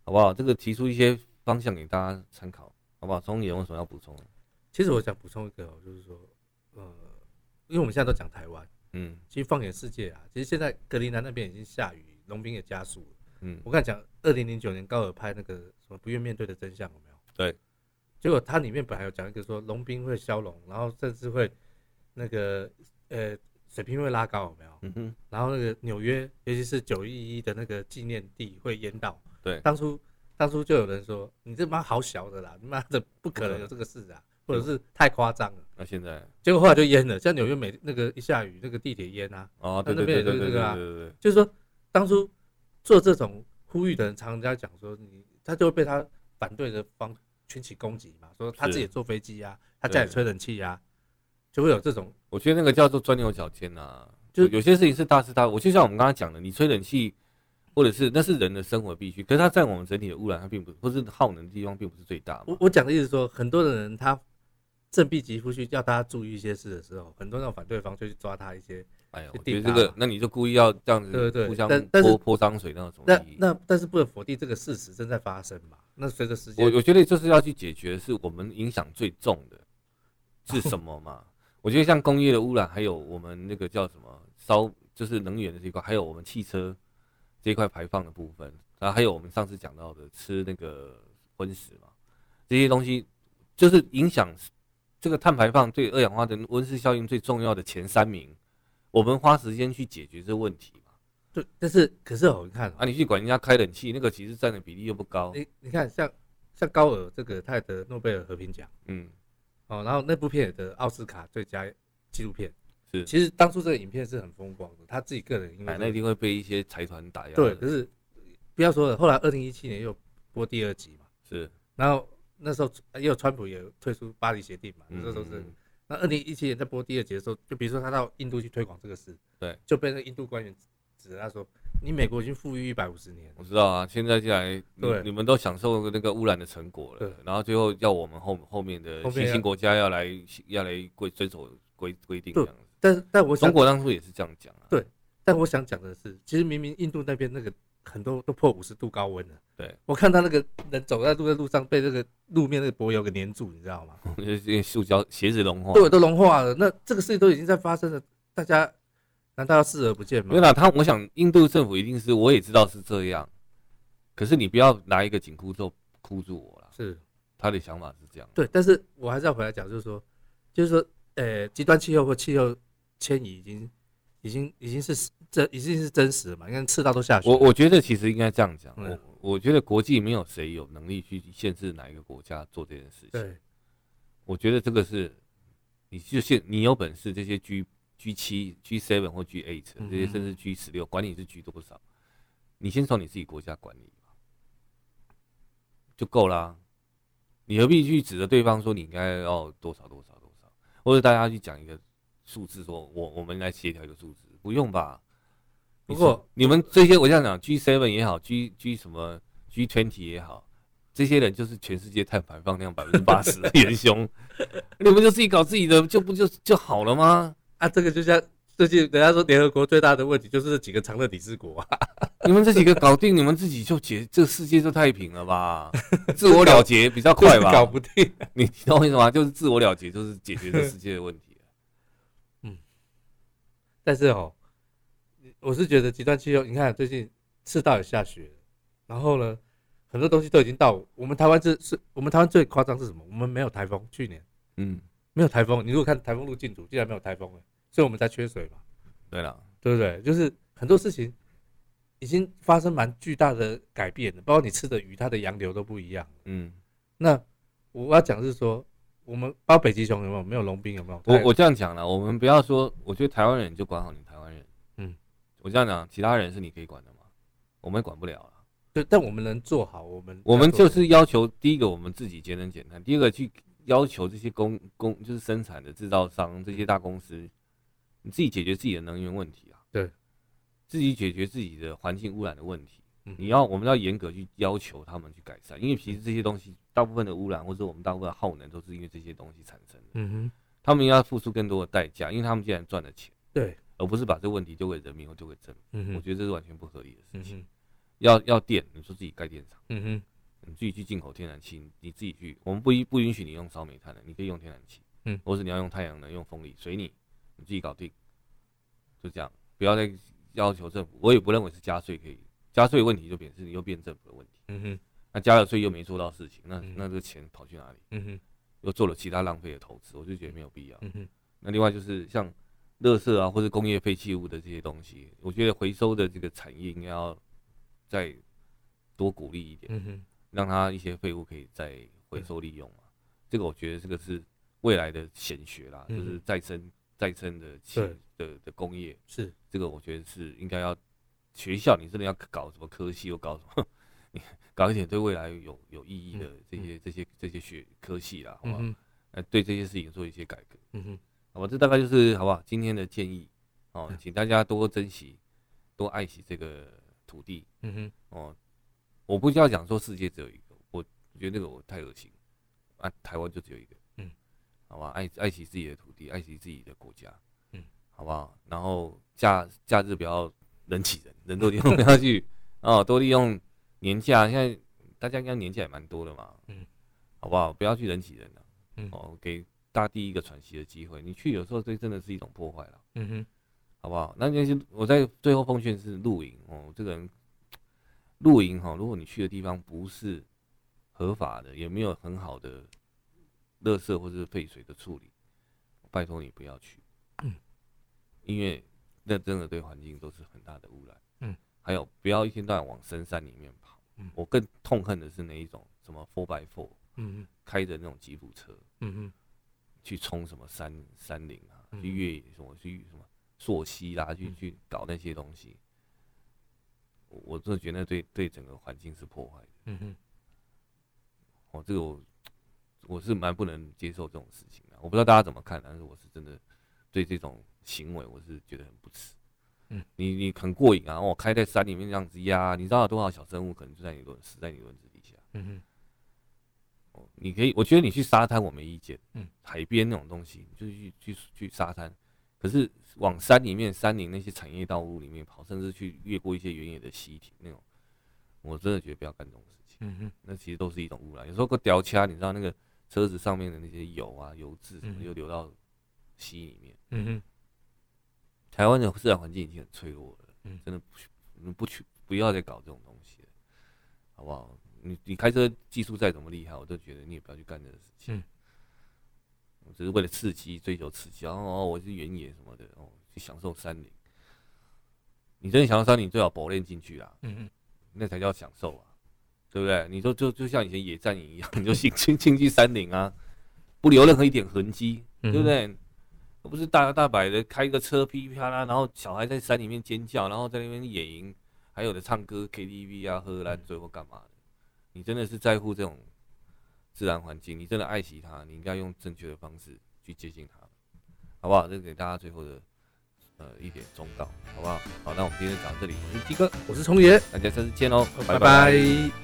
好不好？这个提出一些方向给大家参考，好不好？中野有什么要补充的？啊其实我想补充一个、哦，就是说，呃，因为我们现在都讲台湾，嗯其实放眼世界啊，其实现在格陵兰那边已经下雨，农民也加速了。嗯，我刚才讲，二零零九年高尔拍那个什么不愿面对的真相有没有？对。结果它里面本来有讲一个说农兵会消融，然后甚至会那个呃水平会拉高有没有？嗯哼，然后那个纽约，尤其是九一一的那个纪念地会淹到。对当初当初就有人说你这妈好小的啦，你妈的不可能有这个事嗯啊，或者是太夸张了。那现在结果后来就淹了，像纽约每那个一下雨，那个地铁淹啊，哦，那对对那边对也就是对这对对个啊对对对，就是说当初做这种呼吁的人，常常在讲说你，他就会被他反对的方群起攻击嘛，说他是自己也坐飞机啊，他家里吹冷气啊，就会有这种我觉得那个叫做钻牛角尖啊，就就有些事情是大是大非。我就像我们刚刚讲的，你吹冷气，或者是那是人的生活必须，可是它占我们整体的污染，它并不或是耗能的地方并不是最大嘛。我我讲的意思是说，很多的人他振臂疾呼去要大家注意一些事的时候，很多那种反对方就去抓他一些，哎呀，就我觉得地这大个嘛，那你就故意要这样子，对对互相但但是泼泼脏水那种那意义。那但是不能否定这个事实正在发生嘛。那随着时间我，我觉得就是要去解决是我们影响最重的是什么嘛？ 我觉得像工业的污染，还有我们那个叫什么烧，就是能源的这一块，还有我们汽车这一块排放的部分，然后还有我们上次讲到的吃那个荤食嘛，这些东西就是影响这个碳排放对二氧化碳温室效应最重要的前三名，我们花时间去解决这问题嘛？对，但是可是哦，你看哦，啊，你去管人家开冷气，那个其实占的比例又不高，你你看像像高尔这个他也得诺贝尔和平奖。嗯，哦，然后那部片也得奥斯卡最佳纪录片。是其实当初这个影片是很风光的，他自己个人因为哎，那一这定会被一些财团打压的。个对，可是不要说了，后来二零一七年又播第二集嘛，是，然后那时候也有川普也退出巴黎协定嘛，嗯这都是嗯。那二零一七年在播第二集的时候，就比如说他到印度去推广这个事，对，就被那个印度官员指着他说：“你美国已经富裕一百五十年了。我知道啊，现在进来，你对你们都享受那个污染的成果了对，然后最后要我们后后面的后面新要兴国家要来要来规遵守规规定这对样子。但”但我中想，国当初也是这样讲啊，对 但我想讲的是，其实明明印度那边那个很多都破五十度高温了。对，我看他那个人走在路在路上被那个路面那个柏油给粘住，你知道吗？就是塑胶鞋子融化。对，都融化了。那这个事情都已经在发生了，大家难道要视而不见吗没有？啦，他我想印度政府一定是，我也知道是这样，可是你不要拿一个紧箍咒箍住我啦。是，他的想法是这样，对。但是我还是要回来讲，就是说，就是说，呃，极端气候或气候迁移已经已经已经是这已经是真实了嘛？你看赤道都下雪，我我觉得其实应该这样讲，嗯我我觉得国际没有谁有能力去限制哪一个国家做这件事情。对我觉得这个是，你就现你有本事，这些 G G 七、G seven 或 G eight 嗯这些，甚至 G 十六，管你是 G 多少，你先从你自己国家管理嘛就够啦。你何必去指着对方说你应该要多少多少多少，或者大家去讲一个数字说我我们来协调一个数字，不用吧？不过你们这些，我这样讲，G seven 也好，G G 什么 G twenty 也好，这些人就是全世界碳排放量百分之八十的元凶， 你们就自己搞自己的，就不就就好了吗？啊，这个就像最近人家说联合国最大的问题就是这几个常任理事国啊，你们这几个搞定，你们自己就解，这个世界就太平了吧？自我了结比较 快就是吧？搞不定。你你懂我意思吗？就是自我了结，就是解决这世界的问题。但是哦，我是觉得极端气候，你看啊最近赤道也下雪了，然后呢，很多东西都已经到我们台湾是是我们台湾最夸张是什么？我们没有台风，去年嗯，没有台风。你如果看台风路径图，竟然没有台风了，所以我们才缺水嘛，对了，对不对？就是很多事情已经发生蛮巨大的改变了，包括你吃的鱼，它的洋流都不一样。嗯，那我要讲的是说，我们包括北极熊有没有？没有龙冰有没有？我我这样讲了，我们不要说，我觉得台湾人就管好你台湾人。嗯，我这样讲，其他人是你可以管的嘛，我们管不了了。对，但我们能做好，我们我们要做就什么是要求第一个，我们自己节能减啊碳；第二个，去要求这些工工就是生产的制造商这些大公司，你自己解决自己的能源问题啊，对，自己解决自己的环境污染的问题。嗯你要我们要严格去要求他们去改善，因为其实这些东西大部分的污染或者我们大部分的耗能都是因为这些东西产生的，嗯哼，他们要付出更多的代价，因为他们既然赚了钱，对，而不是把这个问题丢给人民或丢给政府，嗯我哼，觉得这是完全不合理的事嗯情。哼，要要电，你说自己盖电厂。嗯哼，你自己去进口天然气，你你自己去，我们不允不允许你用烧煤炭的，你可以用天然气，嗯或是你要用太阳能、用风力，随你，你自己搞定，就这样，不要再要求政府，我也不认为是加税可以，加税问题就变是又变政府的问题，嗯哼，那加了税又没做到事情，那嗯那这个钱跑去哪里？嗯哼，又做了其他浪费的投资，我就觉得没有必要。嗯哼，那另外就是像垃圾啊，或者工业废弃物的这些东西，我觉得回收的这个产业应该要再多鼓励一点。嗯哼，让它一些废物可以再回收利用嘛。这个我觉得这个是未来的显学啦，嗯就是再生再生的企对的的工业，是，这个我觉得是应该要学校，你真的要搞什么科系，又搞什么， 你搞一点对未来有有意义的嗯这些、这些这些学科系啦，好嗯吧？哼，呃、对这些事情做一些改革，嗯哼，好吧？这大概就是好不好？今天的建议哦嗯，请大家多珍惜，多爱惜这个土地，嗯哼，哦，我不需要讲说世界只有一个，我觉得那个我太恶心啊，台湾就只有一个，嗯，好吧，爱爱惜自己的土地，爱惜自己的国家，嗯，好不好？然后假假日不要人挤人，人多地方不要去哦，多利用年假，现在大家应该年假也蛮多的嘛，嗯，好不好？不要去人挤人了、嗯哦，给大地一个喘息的机会，你去有时候对真的是一种破坏了。嗯哼，好不好？那那些我在最后奉劝是露营哦，我这个人露营哈、如果你去的地方不是合法的，也没有很好的垃圾或者是废水的处理，拜托你不要去，嗯因为那真的对环境都是很大的污染。嗯，还有不要一天到晚往深山里面跑。嗯我更痛恨的是那一种什么 four by four 嗯哼，开着那种吉普车，嗯哼，去冲什么山山林啊，嗯去越野什么去什么溯溪啦、去嗯去搞那些东西，我我真的觉得对对整个环境是破坏的。嗯哼，哦，这个我我是蛮不能接受这种事情的。啊我不知道大家怎么看，但是我是真的对这种行为我是觉得很不耻。嗯，你你很过瘾啊！我、哦、开在山里面这样子压，你知道有多少小生物可能就在你轮死在你轮子底下。嗯哼，哦，你可以，我觉得你去沙滩我没意见，嗯，海边那种东西，你就去去去沙滩。可是往山里面、山林那些产业道路里面跑，甚至去越过一些原野的溪体那种，我真的觉得不要干这种事情。嗯哼，那其实都是一种污染。有时候个吊掐，你知道那个车子上面的那些油啊、油渍什么，嗯又流到溪里面。嗯哼，台湾的自然环境已经很脆弱了，嗯真的不去不去不要再搞这种东西了，好不好？你你开车技术再怎么厉害，我都觉得你也不要去干这个事情。嗯我只是为了刺激，追求刺激，然后哦，我是原野什么的，哦，去享受山林。你真的享受山林，最好磨练进去啦，嗯哼，那才叫享受啊，对不对？你就就就像以前野战营一样，你就 进进进去山林啊，不留任何一点痕迹，嗯对不？对？而不是大摇大摆的开个车噼里啪啦，然后小孩在山里面尖叫，然后在那边野营，还有的唱歌 KTV 啊，嗯喝烂醉或干嘛的。你真的是在乎这种自然环境，你真的爱惜它，你应该用正确的方式去接近它，好不好？这是给大家最后的呃一点忠告，好不好？好，那我们今天就讲到这里，我是鸡哥，我是聪爷，大家下次见喽，哦拜拜拜